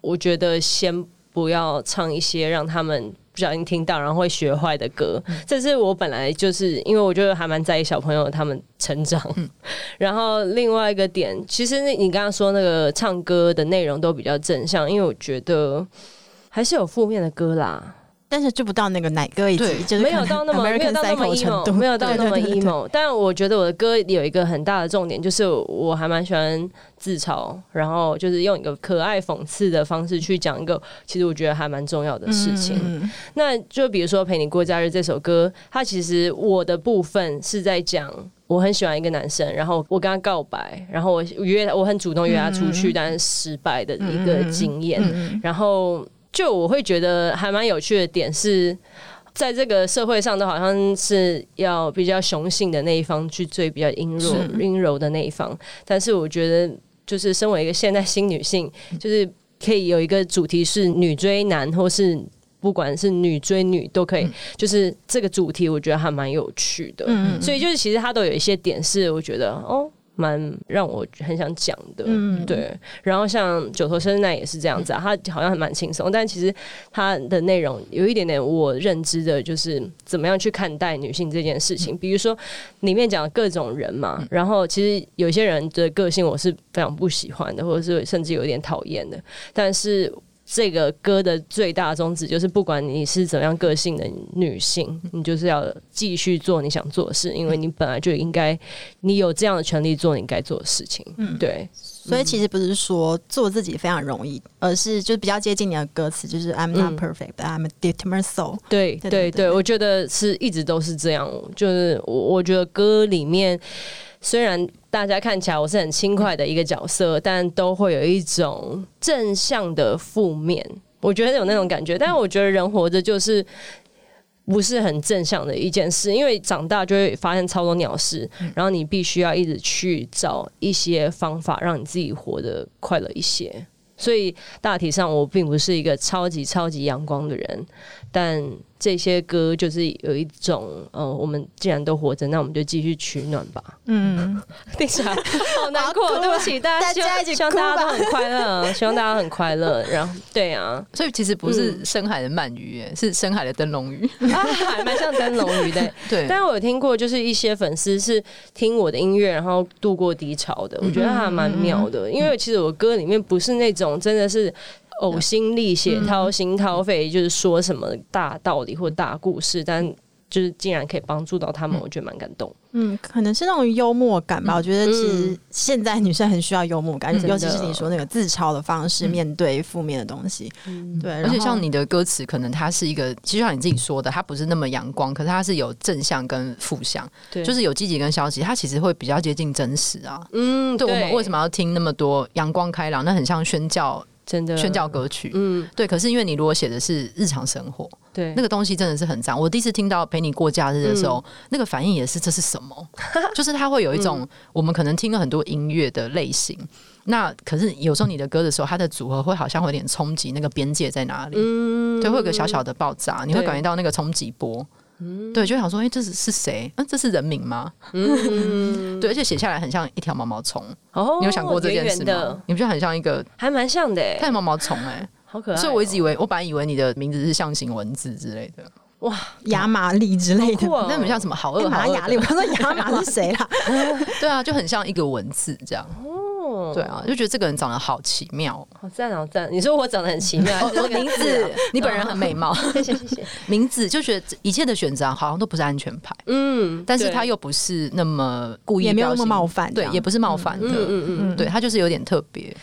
[SPEAKER 5] 我觉得先不要唱一些让他们。不小心听到，然后会学坏的歌，这是我本来就是因为我觉得还蛮在意小朋友他们成长，然后另外一个点，其实那你刚刚说那个唱歌的内容都比较正向，因为我觉得还是有负面的歌啦，
[SPEAKER 4] 但是就不到那个奶哥以及
[SPEAKER 3] 对
[SPEAKER 4] 就是
[SPEAKER 5] 没有到那么没有
[SPEAKER 4] American
[SPEAKER 5] 到那么
[SPEAKER 4] Psycho 程度，
[SPEAKER 5] emo，没有到那么
[SPEAKER 4] 对对对对
[SPEAKER 5] emo。但我觉得我的歌有一个很大的重点，就是我还蛮喜欢自嘲，然后就是用一个可爱讽刺的方式去讲一个其实我觉得还蛮重要的事情。
[SPEAKER 4] 嗯
[SPEAKER 5] 那就比如说《陪你过假日》这首歌，它其实我的部分是在讲。我很喜欢一个男生，然后我跟他告白，然后我约他，我很主动约他出
[SPEAKER 4] 嗯
[SPEAKER 5] 去，但是失败的一个经验。然后就我会觉得还蛮有趣的点是，在这个社会上都好像是要比较雄性的那一方去追比较阴柔阴柔的那一方，但是我觉得就是身为一个现代新女性，
[SPEAKER 4] 嗯
[SPEAKER 5] 就是可以有一个主题是女追男，或是不管是女追女都可以，就是这个主题我觉得还蛮有趣的，
[SPEAKER 4] 嗯嗯
[SPEAKER 5] 所以就是其实它都有一些点是我觉得哦。蛮让我很想讲的，
[SPEAKER 4] 嗯
[SPEAKER 5] 对。然后像九头身那也是这样子啊，他好像还蛮轻松，但其实它的内容有一点点我认知的，就是怎么样去看待女性这件事情。比如说里面讲各种人嘛，然后其实有些人的个性我是非常不喜欢的，或者是甚至有点讨厌的，但是。这个歌的最大宗旨就是，不管你是怎么样个性的女性，你就是要继续做你想做的事，因为你本来就应该，你有这样的权利做你该做的事情。嗯，对，
[SPEAKER 4] 所以其实不是说做自己非常容易，而是就是比较接近你的歌词，就是 I'm not
[SPEAKER 5] 嗯
[SPEAKER 4] perfect, but I'm a determined soul。
[SPEAKER 5] 对
[SPEAKER 4] 对对
[SPEAKER 5] 对
[SPEAKER 4] 对
[SPEAKER 5] 对，我觉得是一直都是这样。就是我我觉得歌里面，虽然大家看起来我是很轻快的一个角色，但都会有一种正向的负面，我觉得有那种感觉。但我觉得人活着就是。不是很正向的一件事，因为长大就会发现超多鸟事，
[SPEAKER 4] 嗯
[SPEAKER 5] 然后你必须要一直去找一些方法，让你自己活得快乐一些。所以大体上，我并不是一个超级超级阳光的人，但这些歌就是有一种，呃，我们既然都活着，那我们就继续取暖吧。
[SPEAKER 4] 嗯，
[SPEAKER 5] 听起来 好难
[SPEAKER 4] 我要
[SPEAKER 5] 过，
[SPEAKER 4] 哭了啊
[SPEAKER 5] 对不起大
[SPEAKER 4] 大
[SPEAKER 5] 家，希
[SPEAKER 4] 家一
[SPEAKER 5] 望
[SPEAKER 4] 起
[SPEAKER 5] 希望
[SPEAKER 4] 哭啊
[SPEAKER 5] 大家
[SPEAKER 4] 吧
[SPEAKER 5] 都很快乐，希望大家很快乐。然后，对啊，
[SPEAKER 3] 所以其实不是深海的鳗鱼耶，是深海的灯笼鱼。
[SPEAKER 5] 啊，还蛮像灯笼鱼的。
[SPEAKER 3] 对，
[SPEAKER 5] 但我有听过，就是一些粉丝是听我的音乐，然后度过低潮
[SPEAKER 3] 嗯
[SPEAKER 5] 的，我觉得还蛮妙的。因为其实我歌里面不是那种真的是呕心沥血、掏心掏肺，就是说什么大道理或大故
[SPEAKER 3] 嗯
[SPEAKER 5] 事，但就是竟然可以帮助到他们，我觉得蛮感动。
[SPEAKER 4] 嗯，可能是那种幽默感吧。我觉得其实
[SPEAKER 5] 嗯
[SPEAKER 4] 现在女生很需要幽默感，
[SPEAKER 5] 嗯
[SPEAKER 4] 尤其
[SPEAKER 5] 真
[SPEAKER 4] 是
[SPEAKER 5] 的
[SPEAKER 4] 你说那个自嘲的方式
[SPEAKER 3] 嗯
[SPEAKER 4] 面对负面的东西。对，
[SPEAKER 3] 而且
[SPEAKER 4] 然后
[SPEAKER 3] 像你的歌词，可能它是一个，其实像你自己说的，它不是那么阳光，可是它是有正向跟负向，
[SPEAKER 5] 对
[SPEAKER 3] 就是有积极跟消极，它其实会比较接近真实啊。
[SPEAKER 5] 嗯，
[SPEAKER 3] 对
[SPEAKER 5] 对，
[SPEAKER 3] 我们为什
[SPEAKER 5] 么？
[SPEAKER 3] 么要听那么多阳光开朗？那很像宣教
[SPEAKER 5] 真的
[SPEAKER 3] 宣教歌曲。
[SPEAKER 5] 嗯，
[SPEAKER 3] 对，可是因为你如果写的是日常生活，
[SPEAKER 5] 对，
[SPEAKER 3] 那个东西真的是很脏。我第一次听到陪你过假日的时候，
[SPEAKER 5] 嗯
[SPEAKER 3] 那个反应也是这是什 么？就是它会有一种、我们可能听了很多音乐的类型，那可是有时候你的歌的时候，它的组合会好像会有点冲击那个边界在哪里，
[SPEAKER 5] 嗯
[SPEAKER 3] 对，会有个小小的爆炸，你会
[SPEAKER 5] 对
[SPEAKER 3] 感觉到那个冲击波。对，就会想说，哎、这是是谁？嗯、这是人名吗？
[SPEAKER 5] 嗯，
[SPEAKER 3] 对，而且写下来很像一条毛毛虫。
[SPEAKER 5] 哦
[SPEAKER 3] 你有想过这件事
[SPEAKER 5] 圆圆的
[SPEAKER 3] 吗？你不觉得很像一个
[SPEAKER 5] 还蛮像的
[SPEAKER 3] 太
[SPEAKER 5] 哎，
[SPEAKER 3] 毛毛虫 哎、
[SPEAKER 5] 好可爱哦，
[SPEAKER 3] 所以我一直以为，我本来以为你的名字是象形文字之类的，
[SPEAKER 4] 亚麻力之类的
[SPEAKER 5] 酷。哦
[SPEAKER 3] 那很像什么好
[SPEAKER 4] 哎
[SPEAKER 3] 饿好
[SPEAKER 4] 玛
[SPEAKER 3] 饿
[SPEAKER 4] 雅力， 我
[SPEAKER 3] 的，
[SPEAKER 4] 刚说亚麻是谁啦？
[SPEAKER 3] 对啊，就很像一个文字这样，
[SPEAKER 5] 哦
[SPEAKER 3] 对，啊，就觉得这个人长得好奇妙，
[SPEAKER 5] 好赞好赞，你说我长得很奇 妙，还是那个
[SPEAKER 3] 名字，哦啊嗯你本人很美貌，
[SPEAKER 5] 谢谢谢谢，
[SPEAKER 3] 名字就觉得一切的选择好像都不是安全牌，
[SPEAKER 5] 嗯，
[SPEAKER 3] 但是
[SPEAKER 5] 对
[SPEAKER 3] 他又不是那么故意，
[SPEAKER 4] 也没有那么冒，犯这
[SPEAKER 3] 对
[SPEAKER 4] 样，，
[SPEAKER 3] 也不是冒犯
[SPEAKER 5] 嗯嗯
[SPEAKER 3] 的，
[SPEAKER 5] 嗯嗯，
[SPEAKER 4] 嗯
[SPEAKER 3] 对，他就是有点特别，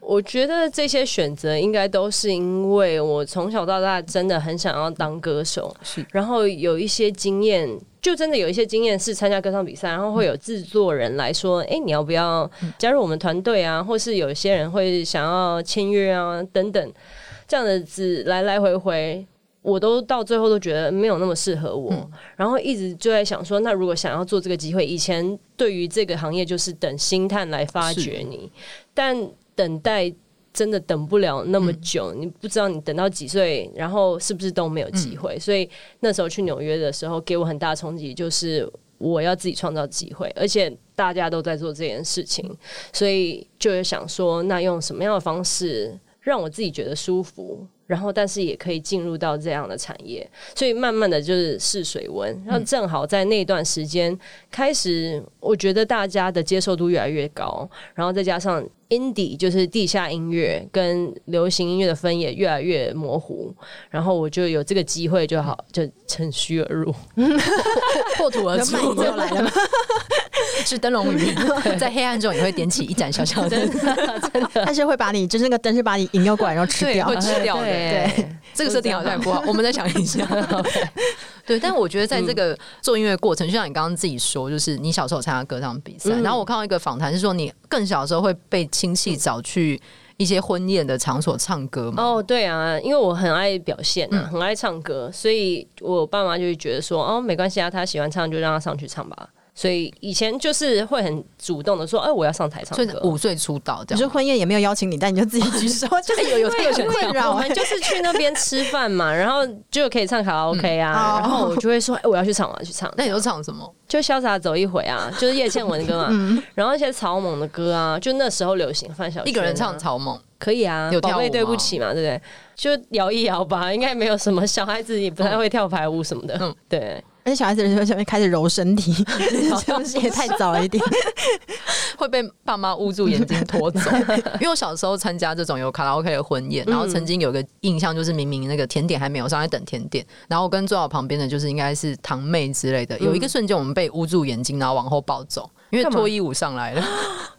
[SPEAKER 5] 我觉得这些选择应该都是因为我从小到大真的很想要当歌手，
[SPEAKER 3] 是
[SPEAKER 5] 然后有一些经验，就真的有一些经验是参加歌唱比赛，然后会有制作人来说，哎、你要不要加入我们团队啊？或是有一些人会想要签约啊，等等，这样的子来来回回。我都到最后都觉得没有那么适合我，然后一直就在想说，那如果想要做这个机会，以前对于这个行业就是等星探来发
[SPEAKER 3] 是
[SPEAKER 5] 掘你，但等待真的等不了那么久，你不知道你等到几岁，然后是不是都没有机会。所以那时候去纽约的时候，给我很大的冲击，就是我要自己创造机会，而且大家都在做这件事情，所以就是想说，那用什么样的方式让我自己觉得舒服。然后，但是也可以进入到这样的产业，所以慢慢的就是试水温。然后正好在那段时间开始，我觉得大家的接受度越来越高，然后再加上 indie 就是地下音乐跟流行音乐的分野越来越模糊，然后我就有这个机会就好，就趁虚而入，
[SPEAKER 3] 破土而
[SPEAKER 4] 出
[SPEAKER 3] 出来 了，是灯笼 鱼，在黑暗中也会点起一盏小小的，
[SPEAKER 4] 但是会把你就是那个灯是把你引诱过来，然后吃
[SPEAKER 3] 对，
[SPEAKER 4] 掉
[SPEAKER 3] 会。吃掉的，
[SPEAKER 5] 对，
[SPEAKER 3] 这个设定好像也不好，我们再想一下。对，但我觉得在这个做音乐过程，就像你刚刚自己说，就是你小时候参加歌唱比赛，
[SPEAKER 5] 嗯
[SPEAKER 3] 然后我看到一个访谈是说，你更小的时候会被亲戚找去一些婚宴的场所唱歌嘛？
[SPEAKER 5] 哦，对啊，因为我很爱表现、
[SPEAKER 3] 嗯
[SPEAKER 5] 啊，很爱唱歌，所以我爸妈就会觉得说，哦，没关系啊，他喜欢唱就让他上去唱吧。所以以前就是会很主动的说，哎、我要上台唱
[SPEAKER 3] 所以
[SPEAKER 5] 歌。
[SPEAKER 3] 五岁出道这
[SPEAKER 4] 你说
[SPEAKER 3] 样。
[SPEAKER 4] 婚宴也没有邀请你，但你就自己举 手，就是有有这个
[SPEAKER 5] 因
[SPEAKER 4] 困
[SPEAKER 5] 为
[SPEAKER 4] 扰
[SPEAKER 5] 我。们就是去那边吃饭 嘛，然后就可以唱卡拉 OK
[SPEAKER 4] 嗯
[SPEAKER 5] 啊，
[SPEAKER 4] 哦
[SPEAKER 5] 然后我就会说，哎、我要去唱，我要去唱。
[SPEAKER 3] 那你都唱什么？
[SPEAKER 5] 就潇洒走一回啊，就是叶倩文的 歌嘛，然后一些草蜢的歌啊，就那时候流行范晓萱啊
[SPEAKER 3] 嗯一个人唱草蜢，
[SPEAKER 5] 可以啊，
[SPEAKER 3] 有跳舞
[SPEAKER 5] 宝贝对不
[SPEAKER 3] 吗
[SPEAKER 5] 起嘛，对不对？就摇一摇吧，应该没有什么小孩子也不太会跳排舞什么的，
[SPEAKER 3] 嗯
[SPEAKER 5] 对，
[SPEAKER 4] 而且小孩子的时候，下面开始揉身体，是不是也太早了一点？
[SPEAKER 3] 会被爸妈捂住眼睛拖走。因为我小时候参加这种有卡拉 OK 的婚宴，然后曾经有个印象就是，明明那个甜点还没有上，在等甜点，然后我跟坐我旁边的就是应该是堂妹之类的，有一个瞬间我们被捂住眼睛，然后往后暴走，因为
[SPEAKER 5] 干嘛
[SPEAKER 3] 脱衣舞上来了，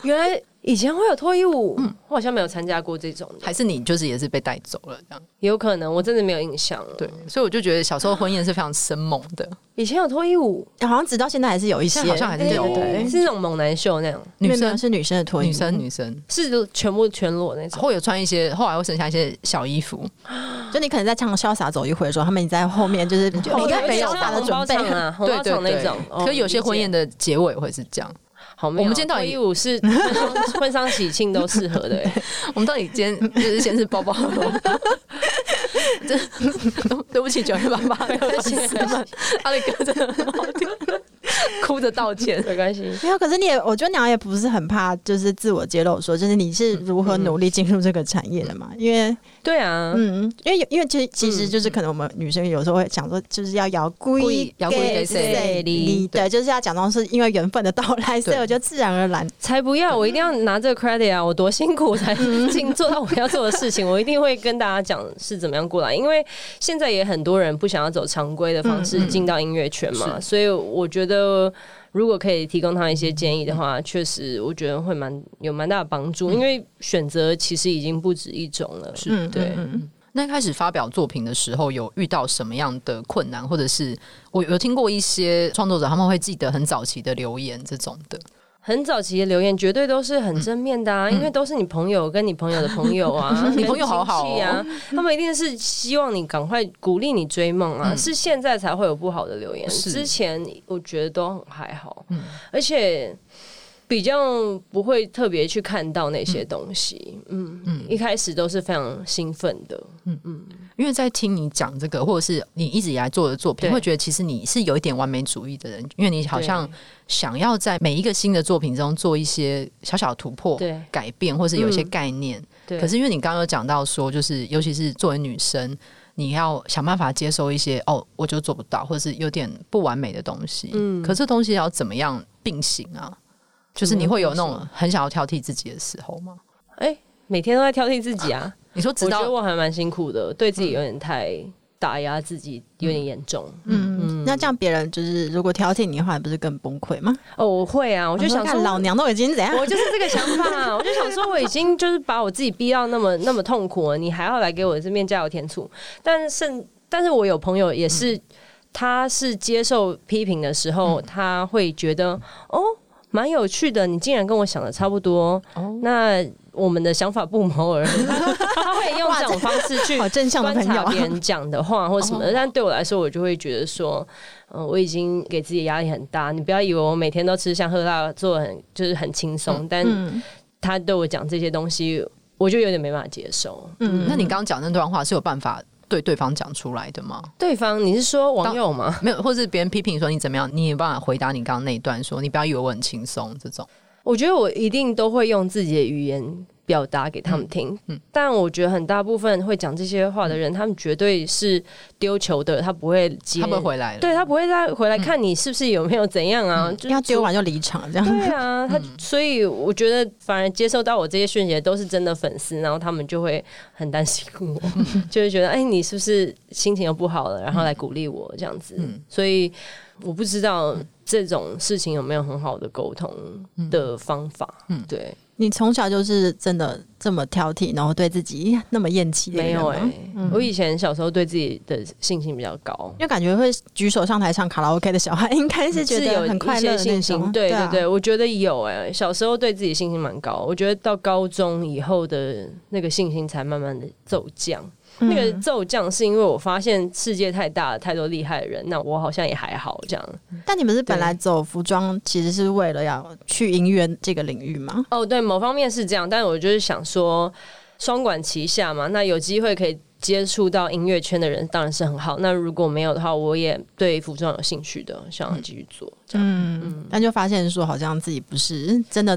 [SPEAKER 5] 原来以前会有脱衣舞，
[SPEAKER 3] 嗯
[SPEAKER 5] 我好像没有参加过这种的，
[SPEAKER 3] 还是你就是也是被带走了这样。
[SPEAKER 5] 有可能我真的没有印象了。
[SPEAKER 3] 对，，所以我就觉得小时候婚宴是非常生猛的，
[SPEAKER 5] 以前有脱衣舞，
[SPEAKER 4] 好像直到现在还是有一些，
[SPEAKER 3] 现在好像还是有
[SPEAKER 4] 对
[SPEAKER 5] 是那种猛男秀那样，
[SPEAKER 4] 没
[SPEAKER 3] 女
[SPEAKER 4] 有没有
[SPEAKER 3] 生
[SPEAKER 4] 是女生的脱衣舞
[SPEAKER 3] 女生女生
[SPEAKER 5] 是全部全裸那种。
[SPEAKER 3] 会有穿一些，后来会剩下一些小衣服，
[SPEAKER 4] 就你可能在唱《潇洒走一回》的时候，他们已经在后面就是每
[SPEAKER 5] 哦
[SPEAKER 4] 个人有大的
[SPEAKER 5] 红包
[SPEAKER 4] 准备
[SPEAKER 5] 场。啊，红
[SPEAKER 3] 对
[SPEAKER 5] 包
[SPEAKER 3] 对
[SPEAKER 5] 场那
[SPEAKER 3] 对
[SPEAKER 5] 种。。哦
[SPEAKER 3] 可有些婚
[SPEAKER 5] 理解
[SPEAKER 3] 宴的结尾会是这样。
[SPEAKER 5] 好妙，
[SPEAKER 3] 我们今天到底
[SPEAKER 5] 脱衣 舞是婚丧婚丧喜庆都适合的、欸，
[SPEAKER 3] 我们到底今天就是先是包 包，这 对不起九月八八 的粉丝们，阿里哥真的很好 听，哭着道歉。
[SPEAKER 5] 没关系。
[SPEAKER 4] 没有，可是你也，我觉得你好像也不是很怕，就是自我揭露说，就是你是如何努力进入这个产业的嘛？因为，
[SPEAKER 5] 对啊，
[SPEAKER 4] 嗯，因为因为其实其实就是可能我们女生有时候会想说，就是要摇故
[SPEAKER 3] 故
[SPEAKER 4] 意
[SPEAKER 3] 意摇故意给
[SPEAKER 5] 谁
[SPEAKER 4] 离，对，就是要假装是因为缘分的到来，所以我就自然而然
[SPEAKER 5] 才不要！我一定要拿这个 credit 啊！我多辛苦才进做到我要做的事情，我一定会跟大家讲是怎么样过来。因为现在也很多人不想要走常规的方
[SPEAKER 4] 嗯
[SPEAKER 5] 式进到音乐圈嘛，
[SPEAKER 3] 是
[SPEAKER 5] 所以我觉得如果可以提供他一些建议的话，确实我觉得会蛮有蛮大的帮助。因为选择其实已经不止一种了，
[SPEAKER 4] 嗯
[SPEAKER 5] 对。
[SPEAKER 3] 那一开始发表作品的时候，有遇到什么样的困难，或者是我有听过一些创作者他们会记得很早期的留言这种的，，
[SPEAKER 5] 很早期的留言绝对都是很正面的啊，因为都是你朋友跟你朋友的朋友啊
[SPEAKER 3] 嗯 你朋友好好哦
[SPEAKER 5] 跟亲戚啊，他们一定是希望你赶快鼓励你追梦啊，
[SPEAKER 3] 嗯
[SPEAKER 5] 是现在才会有不好的留言，
[SPEAKER 3] 是嗯
[SPEAKER 5] 之前我觉得都很还好，而且。比较不会特别去看到那些东西，嗯嗯，一开始都是非常兴奋的，
[SPEAKER 3] 因为在听你讲这个，或者是你一直以来做的作品，
[SPEAKER 5] 对
[SPEAKER 3] 会觉得其实你是有一点完美主义的人，因为你好像
[SPEAKER 5] 对
[SPEAKER 3] 想要在每一个新的作品中做一些小小的突破
[SPEAKER 5] 对、
[SPEAKER 3] 改变，或是有一些
[SPEAKER 5] 嗯
[SPEAKER 3] 概念。
[SPEAKER 5] 对。
[SPEAKER 3] 可是因为你刚刚有讲到说，就是尤其是作为女生，你要想办法接受一些哦，我就做不到，或是有点不完美的东西。嗯，
[SPEAKER 5] 嗯
[SPEAKER 3] 可是东西要怎么样并行啊？就是你会有那种很想要挑剔自己的时候吗？
[SPEAKER 5] 哎、每天都在挑剔自己啊。
[SPEAKER 3] 你说
[SPEAKER 5] 我
[SPEAKER 3] 直
[SPEAKER 5] 觉得
[SPEAKER 3] 到嗯
[SPEAKER 5] 我还蛮辛苦的，对自己有点太打压，自己有点严重。
[SPEAKER 4] 嗯，那这样别人就是如果挑剔你的话，你不是更崩溃吗？
[SPEAKER 5] 哦，我会啊，我就想
[SPEAKER 4] 干
[SPEAKER 5] 说，
[SPEAKER 4] 老娘都已经怎样，
[SPEAKER 5] 我就是这个想法，啊我就想说，我已经就是把我自己逼到那么那么痛苦了，你还要来给我这边加油添醋。但是，但是我有朋友也是，他是接受批评的时候，他会觉得哦，蛮有趣的，你竟然跟我想的差不多，
[SPEAKER 3] 哦
[SPEAKER 5] 那我们的想法不谋 而合，他会用这种方式去
[SPEAKER 4] 好正向的
[SPEAKER 5] 观
[SPEAKER 4] 朋友哦
[SPEAKER 5] 察
[SPEAKER 4] 啊
[SPEAKER 5] 别。人讲的话或什么的，但对我来说，我就会觉得说，嗯、我已经给自己压力很大。你不要以为我每天都吃香喝辣，做得很就是很轻松，但
[SPEAKER 4] 嗯
[SPEAKER 5] 他对我讲这些东西，我就有点没办法接受。
[SPEAKER 4] 嗯
[SPEAKER 3] 那你刚刚讲那段话是有办法对对方讲出来的吗？
[SPEAKER 5] 对方，你是说网友吗？
[SPEAKER 3] 没有，或是别人批评说你怎么样，你有办法回答你刚刚那一段说你不要以为我很轻松这种。
[SPEAKER 5] 我觉得我一定都会用自己的语言表达给他们听，
[SPEAKER 3] 嗯
[SPEAKER 5] 但我觉得很大部分会讲这些话的人，他们绝对是丢球的，他不会接，
[SPEAKER 3] 他们嗯回来了，
[SPEAKER 5] 对他不会再回来看你是不是有没有怎样
[SPEAKER 3] 嗯
[SPEAKER 5] 啊，就
[SPEAKER 4] 因为他嗯丢完就离场，这样
[SPEAKER 5] 对啊，他所以我觉得，反而接受到我这些讯息的都是真的粉丝，然后他们就会很担心 我，就会觉得，哎、你是不是心情又不好了？然后来鼓励我这样子。所以我不知道这种事情有没有很好的沟通的方法。嗯，对，
[SPEAKER 4] 你从小就是真的这么挑剔，然后对自己那么厌弃的
[SPEAKER 5] 没
[SPEAKER 4] 人
[SPEAKER 5] 有
[SPEAKER 4] 吗
[SPEAKER 5] 哎、我以前小时候对自己的信心比较高。
[SPEAKER 4] 因为感觉会举手上台唱卡拉 OK 的小孩，应该是觉
[SPEAKER 5] 是有
[SPEAKER 4] 得很快
[SPEAKER 5] 一
[SPEAKER 4] 乐
[SPEAKER 5] 些
[SPEAKER 4] 的
[SPEAKER 5] 信
[SPEAKER 4] 那
[SPEAKER 5] 心，
[SPEAKER 4] 种。
[SPEAKER 5] 对
[SPEAKER 4] 啊
[SPEAKER 5] 对对，我觉得有哎、小时候对自己信心蛮高，我觉得到高中以后的那个信心才慢慢的骤降。那个
[SPEAKER 4] 嗯
[SPEAKER 5] 骤降是因为我发现世界太大了，太多厉害的人，那我好像也还好这样。
[SPEAKER 4] 但你们是本来走服装，其实是为了要去音乐这个领域吗？
[SPEAKER 5] 哦，对，某方面是这样，但我就是想说，双管齐下嘛，那有机会可以接触到音乐圈的人，当然是很好。那如果没有的话，我也对服装有兴趣的，想要继续做。这样
[SPEAKER 4] 嗯，但就发现说，好像自己不是真的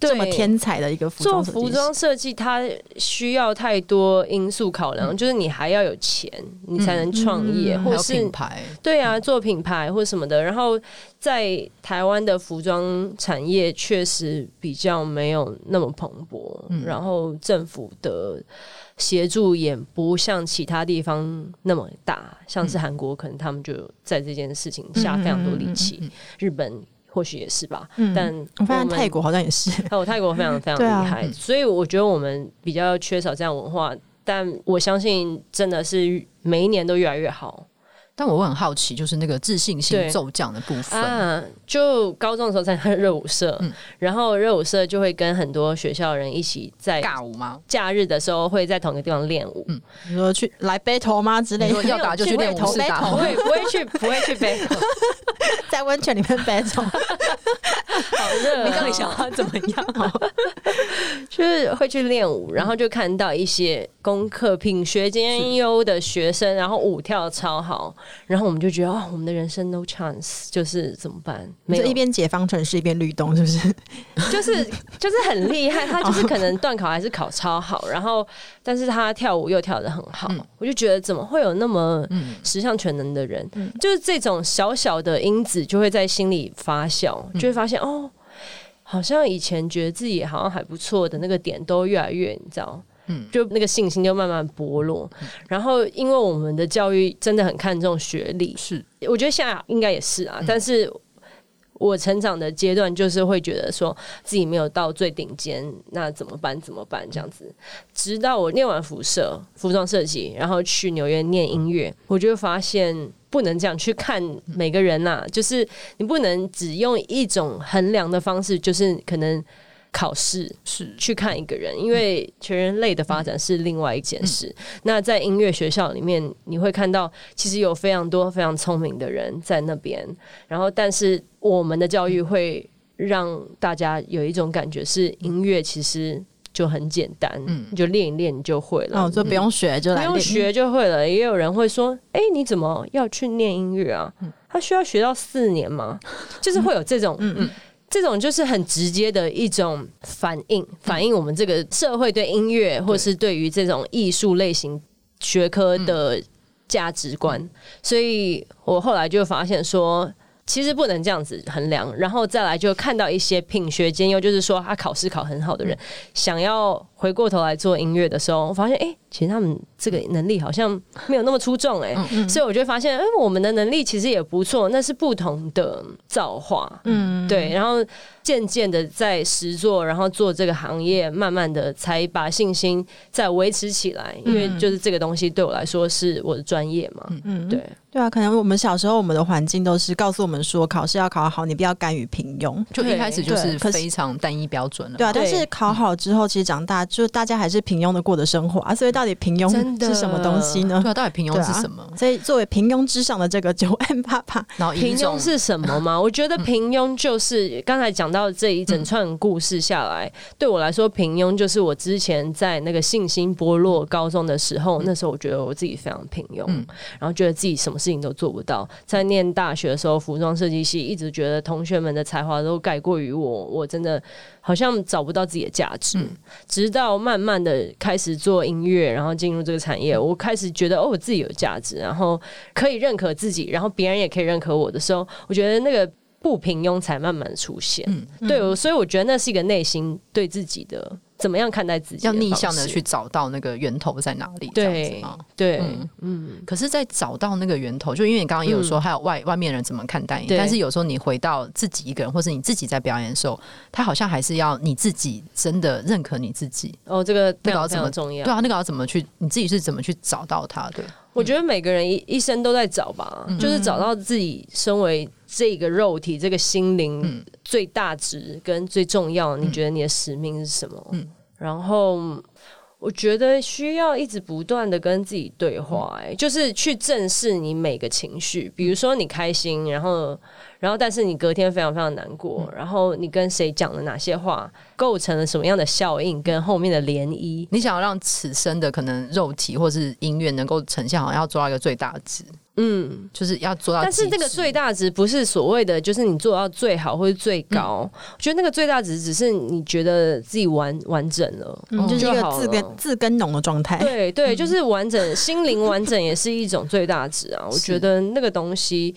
[SPEAKER 5] 对
[SPEAKER 4] 这么天才的一个服装设
[SPEAKER 5] 做
[SPEAKER 4] 计师
[SPEAKER 5] 服装设计，它需要太多因素考量，就是你还要有钱，你才能创业，
[SPEAKER 4] 嗯
[SPEAKER 5] 或
[SPEAKER 3] 还有
[SPEAKER 5] 是
[SPEAKER 3] 品牌，
[SPEAKER 5] 对啊，做品牌或什么的。然后在台湾的服装产业确实比较没有那么蓬勃，
[SPEAKER 4] 嗯
[SPEAKER 5] 然后政府的协助也不像其他地方那么大，像
[SPEAKER 4] 嗯
[SPEAKER 5] 是韩国可能他们就在这件事情下非常多力气，日本或许也是吧，但
[SPEAKER 4] 嗯我发现
[SPEAKER 5] 们
[SPEAKER 4] 泰国好像也是，
[SPEAKER 5] 还有哦泰国非常非常
[SPEAKER 4] 对啊
[SPEAKER 5] 厉害，所以我觉得我们比较缺少这样文化，但我相信真的是每一年都越来越好
[SPEAKER 3] 但我会很好奇，就是那个自信心
[SPEAKER 5] 对
[SPEAKER 3] 骤降的部分。
[SPEAKER 5] 啊！就高中的时候参加热舞社，然后热舞社就会跟很多学校的人一起在
[SPEAKER 3] 尬舞吗？
[SPEAKER 5] 假日的时候会在同一个地方练舞，
[SPEAKER 4] 你说去来 battle 吗之类
[SPEAKER 3] 你说
[SPEAKER 4] 的，
[SPEAKER 3] 要打就去练武士打
[SPEAKER 5] 不会不会去不会去背，
[SPEAKER 4] 在温泉里面 battle，
[SPEAKER 5] 好热、
[SPEAKER 3] 你到底想要怎么样？
[SPEAKER 5] 就是会去练舞，然后就看到一些功课品学兼优的学生，然后舞跳得超好，然后我们就觉得哦，我们的人生 no chance，就是怎么办？没
[SPEAKER 4] 就
[SPEAKER 5] 有，
[SPEAKER 4] 一边解放城市一边律动，是不是？
[SPEAKER 5] 就是就是很厉害，他就是可能段考还是考超好，然后但是他跳舞又跳得很好，我就觉得怎么会有那么十项全能的人？就是这种小小的因子就会在心里发酵，就会发现、哦，好像以前觉得自己好像还不错的那个点都越来越，你知道。就那个信心就慢慢薄弱，然后因为我们的教育真的很看重学历，
[SPEAKER 3] 是
[SPEAKER 5] 我觉得现在应该也是啊，但是我成长的阶段就是会觉得说自己没有到最顶尖，那怎么办？怎么办？这样子，直到我念完辐射服装设计，然后去纽约念音乐，我就发现不能这样去看每个人啦、就是你不能只用一种衡量的方式，就是可能考试是去看一个人，因为全人类的发展是另外一件事。那在音乐学校里面，你会看到其实有非常多非常聪明的人在那边，然后但是我们的教育会让大家有一种感觉是音乐其实。就很简单，你就练一练你就会了。
[SPEAKER 4] 哦，就不用学，就
[SPEAKER 5] 不
[SPEAKER 4] 来
[SPEAKER 5] 用
[SPEAKER 4] 练
[SPEAKER 5] 学就会了。也有人会说：“哎、你怎么要去念音乐啊？他需要学到四年吗？”就是会有这种，嗯嗯。这种就是很直接的一种反应，反映我们这个社会对音乐或是对于这种艺术类型学科的价值观。所以我后来就发现说，其实不能这样子衡量。然后再来就看到一些品学兼优，就是说他啊考试考很好的人，想要回过头来做音乐的时候，我发现哎、诶其实他们这个能力好像没有那么出众哎、诶所以我就发现，哎、我们的能力其实也不错，那是不同的造化，嗯，对。然后渐渐的在实做，然后做这个行业，慢慢的才把信心再维持起来，因为就是这个东西对我来说是我的专业嘛，嗯，对，
[SPEAKER 4] 对啊，可能我们小时候我们的环境都是告诉我们说，考试要考好，你不要甘于平庸。
[SPEAKER 3] 就一开始就
[SPEAKER 4] 对
[SPEAKER 3] 是
[SPEAKER 4] 可是
[SPEAKER 3] 非常单一标准了。
[SPEAKER 4] 对啊，
[SPEAKER 5] 对
[SPEAKER 4] 但是考好之后，其实长大就大家还是平庸的过的生活啊，所以到底平庸
[SPEAKER 5] 真的
[SPEAKER 4] 是什么东西呢
[SPEAKER 3] 对？啊，到底平
[SPEAKER 4] 对
[SPEAKER 3] 庸
[SPEAKER 4] 啊
[SPEAKER 3] 是什么？
[SPEAKER 4] 所以作为平庸之上的这个九万八八，
[SPEAKER 3] 然后以一
[SPEAKER 5] 平
[SPEAKER 3] 种嗯
[SPEAKER 5] 庸是什么吗？我觉得平庸就是刚才讲到这一整串故事下来，对我来说，平庸就是我之前在那个信心剥落高中的时
[SPEAKER 3] 嗯
[SPEAKER 5] 候，那时候我觉得我自己非常平庸，然后觉得自己什么事情都做不到。在念大学的时候，服装设计系一直觉得同学们的才华都盖过于我，我真的好像找不到自己的价值。
[SPEAKER 3] 嗯
[SPEAKER 5] 直到慢慢的开始做音乐，然后进入这个产业，我开始觉得哦，我自己有价值，然后可以认可自己，然后别人也可以认可我的时候，我觉得那个不平庸才慢慢地出现。对，
[SPEAKER 3] 嗯
[SPEAKER 5] 我所以我觉得那是一个内心对自己的怎么样看待自己，
[SPEAKER 3] 要逆向的去。找到那个源头在哪里，这样子
[SPEAKER 5] 对
[SPEAKER 3] 吗？
[SPEAKER 5] 对，
[SPEAKER 3] 嗯可是，在找到那个源头，就因为你刚刚也有说，还有外、外面人怎么看待你，
[SPEAKER 5] 嗯对
[SPEAKER 3] 但是有时候你回到自己一个人，或是你自己在表演的时候，他好像还是要你自己真的认可你自己。
[SPEAKER 5] 哦，这个非
[SPEAKER 3] 那个要
[SPEAKER 5] 常非
[SPEAKER 3] 怎么
[SPEAKER 5] 常重要。
[SPEAKER 3] 对啊，那个要怎么去？你自己是怎么去找到他的？
[SPEAKER 5] 我觉得每个人一一生都在找吧，就是找到自己身为这个肉体、这个心灵最大值跟最重要，你觉得你的使命是什么？然后我觉得需要一直不断的跟自己对话、哎，就是去正视你每个情绪，比如说你开心，然后然后但是你隔天非常非常难过，然后你跟谁讲了哪些话，构成了什么样的效应，跟后面的涟漪。
[SPEAKER 3] 你想要让此生的可能肉体或是音乐能够呈现，好像要做到一个最大值，
[SPEAKER 5] 嗯，
[SPEAKER 3] 就是要做到
[SPEAKER 5] 但
[SPEAKER 3] 极致。
[SPEAKER 5] 是这个最大值不是所谓的，就是你做到最好或者最
[SPEAKER 4] 嗯
[SPEAKER 5] 高。我觉得那个最大值只是你觉得自己完完整了，
[SPEAKER 4] 嗯，就是一
[SPEAKER 5] 就
[SPEAKER 4] 个
[SPEAKER 5] 好
[SPEAKER 4] 自嗯
[SPEAKER 5] 了
[SPEAKER 4] 耕自耕农的状态。
[SPEAKER 5] 对对，就是完 整，心灵完整也是一种最大值啊。我觉得那个东西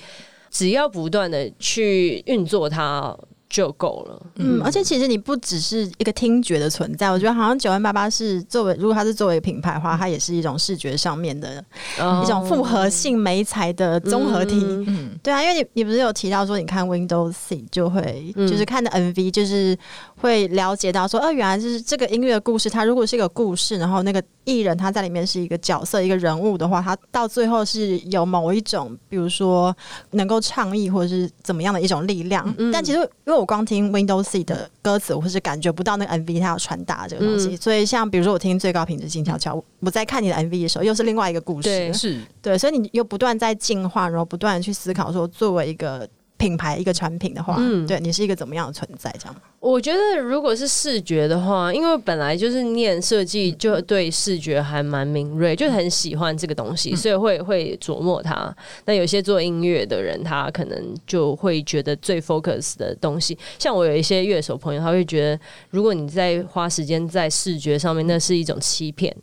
[SPEAKER 5] 只要不断的去运作它就够了。
[SPEAKER 4] 嗯，而且其实你不只是一个听觉的存在，我觉得好像九万八八是作为，如果它是作为品牌的话，它也是一种视觉上面的一
[SPEAKER 5] 哦嗯
[SPEAKER 4] 种复合性媒材的综合体。
[SPEAKER 3] 嗯，
[SPEAKER 4] 对啊，因为你你不是有提到说，你看 Windows C 就会、
[SPEAKER 5] 嗯
[SPEAKER 4] 就是看的 MV，就是会了解到说，哦、原来就是这个音乐故事，它如果是一个故事，然后那个艺人他在里面是一个角色、一个人物的话，他到最后是有某一种，比如说能够倡议或者是怎么样的一种力量。
[SPEAKER 5] 嗯
[SPEAKER 4] 但其实因为我光听 Windows C 的歌词，我是感觉不到那个 MV 它要传达这个东西。
[SPEAKER 5] 嗯
[SPEAKER 4] 所以像比如说我听《最高品质静悄悄》，我在看你的 MV 的时候，又是另外一个故事。
[SPEAKER 5] 对
[SPEAKER 3] 是
[SPEAKER 4] 对，所以你又不断在进化，然后不断地去思考说，作为一个品牌、一个产品的话，
[SPEAKER 5] 嗯
[SPEAKER 4] 对你是一个怎么样的存在？这样吗，
[SPEAKER 5] 我觉得如果是视觉的话，因为我本来就是念设计，就对视觉还蛮敏锐，就很喜欢这个东西，所以会会琢磨它。那有些做音乐的人，他可能就会觉得最 focus 的东西，像我有一些乐手朋友，他会觉得，如果你在花时间在视觉上面，那是一种欺骗，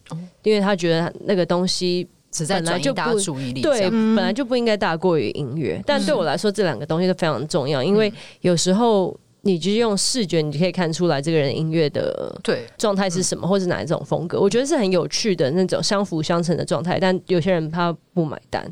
[SPEAKER 5] 因为他觉得那个东西
[SPEAKER 3] 只在
[SPEAKER 5] 本来
[SPEAKER 3] 转移
[SPEAKER 5] 就
[SPEAKER 3] 大家
[SPEAKER 5] 不
[SPEAKER 3] 注意力这
[SPEAKER 5] 对，
[SPEAKER 3] 样。
[SPEAKER 5] 本来就不应该大过于音乐，但对我来说，这两个东西都非常重要，因为有时候你就是用视觉，你就可以看出来这个人音乐的。
[SPEAKER 3] 对，
[SPEAKER 5] 状态是什么，或是哪一种风格？我觉得是很有趣的那种相辅相成的状态，但有些人他不买单。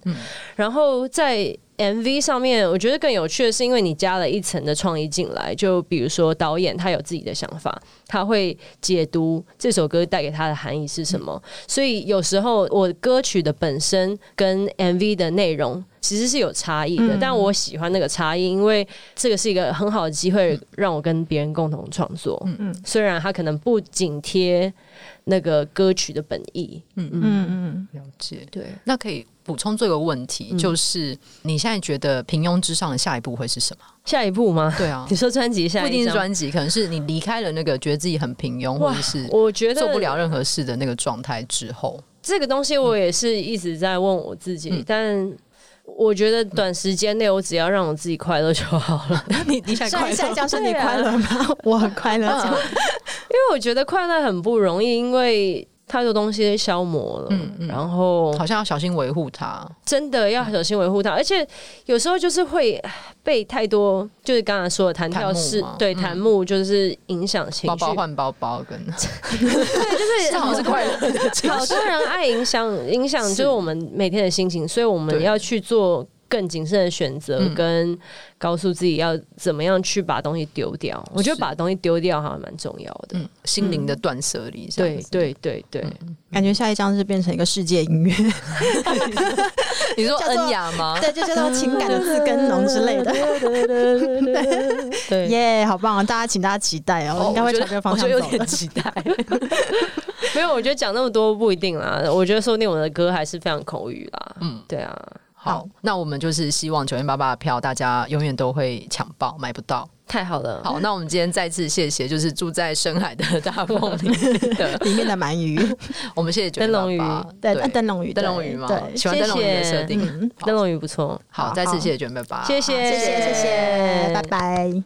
[SPEAKER 5] 然后在 MV 上面，我觉得更有趣的是，因为你加了一层的创意进来，就比如说导演他有自己的想法，他会解读这首歌带给他的含义是什么。所以有时候我歌曲的本身跟 MV 的内容其实是有差异的，但我喜欢那个差异，因为这个是一个很好的机会，让我跟别人共同创作。嗯嗯，虽然它可能不紧贴那个歌曲的本意，
[SPEAKER 4] 嗯嗯，
[SPEAKER 3] 了解。嗯
[SPEAKER 5] 对，
[SPEAKER 3] 那可以补充这个问题，就是你现在觉得平庸之上的下一步会是什么？
[SPEAKER 5] 下一步吗？
[SPEAKER 3] 对啊
[SPEAKER 5] 你，说专辑下
[SPEAKER 3] 不一定是
[SPEAKER 5] 张
[SPEAKER 3] 专辑，可能是你离开了那个觉得自己很平庸，或
[SPEAKER 5] 哇
[SPEAKER 3] 者是
[SPEAKER 5] 我觉得
[SPEAKER 3] 做不了任何事的那个状态之后，
[SPEAKER 5] 这个东西，我也是一直在问我自
[SPEAKER 3] 嗯
[SPEAKER 5] 己，但我觉得短时间内，我只要让我自己快乐就 好了，
[SPEAKER 3] 你你想
[SPEAKER 4] 下
[SPEAKER 3] 快
[SPEAKER 4] 一下
[SPEAKER 3] 乐？
[SPEAKER 4] 讲身体快乐吗？啊 嗯我很快乐，这样
[SPEAKER 5] 因为我觉得快乐很不容易，因为太多东西消磨了，
[SPEAKER 3] 嗯嗯
[SPEAKER 5] 然后
[SPEAKER 3] 好像要小心维护它。
[SPEAKER 5] 真的要小心维护它，而且有时候就是会唉被太多，就是刚才说的弹
[SPEAKER 3] 弹
[SPEAKER 5] 跳
[SPEAKER 3] 幕
[SPEAKER 5] 是
[SPEAKER 3] 吗
[SPEAKER 5] 对
[SPEAKER 3] 嗯
[SPEAKER 5] 弹幕就是影响情
[SPEAKER 3] 包
[SPEAKER 5] 绪，
[SPEAKER 3] 包换包包 跟，
[SPEAKER 5] 对，就是
[SPEAKER 3] 这好像是快乐的情
[SPEAKER 5] 好
[SPEAKER 3] 绪。
[SPEAKER 5] 多人爱影响影响，就是我们每天的心情，所以我们
[SPEAKER 3] 对
[SPEAKER 5] 要去做更谨慎的选择，
[SPEAKER 3] 嗯
[SPEAKER 5] 跟告诉自己要怎么样去把东西丢掉。我觉得把东西丢掉好像蛮重要 的。
[SPEAKER 3] 嗯，心灵的断舍离，这样
[SPEAKER 5] 对
[SPEAKER 3] 子。
[SPEAKER 5] 对对对，
[SPEAKER 3] 嗯
[SPEAKER 4] 感觉下一张是变成一个世界音乐，
[SPEAKER 3] 你说
[SPEAKER 4] 叫做
[SPEAKER 3] 恩雅吗？
[SPEAKER 4] 对，就叫做情感的自耕农之类的。
[SPEAKER 5] 对
[SPEAKER 4] 耶好棒啊！大家请大家期待哦，
[SPEAKER 3] 哦
[SPEAKER 4] 应该会朝
[SPEAKER 3] 我觉
[SPEAKER 4] 这个
[SPEAKER 3] 得
[SPEAKER 4] 方向
[SPEAKER 3] 我觉得
[SPEAKER 4] 走
[SPEAKER 3] 有点
[SPEAKER 4] 的。
[SPEAKER 3] 期待。
[SPEAKER 5] 没有，我觉得讲那么多不一定啦。我觉得说不定我们的歌还是非常口语啦。嗯
[SPEAKER 3] 嗯，
[SPEAKER 5] 对啊，
[SPEAKER 3] 好，那我们就是希望九零八八的票大家永远都会抢爆，买不到。
[SPEAKER 5] 太好了，
[SPEAKER 3] 好，那我们今天再次谢谢，就是住在深海的大凤里的，
[SPEAKER 4] 里面的鳗鱼，
[SPEAKER 3] 我们谢谢九
[SPEAKER 5] 灯
[SPEAKER 3] 零
[SPEAKER 5] 笼鱼
[SPEAKER 3] 八八，
[SPEAKER 4] 对，啊灯笼鱼，
[SPEAKER 3] 灯笼鱼嘛，
[SPEAKER 4] 嘛，对，
[SPEAKER 3] 喜欢灯笼鱼的设定。
[SPEAKER 4] 嗯，
[SPEAKER 5] 灯笼鱼不错，
[SPEAKER 3] 好，再次谢谢卷爸爸，
[SPEAKER 5] 谢谢，
[SPEAKER 4] 谢谢谢谢，拜拜。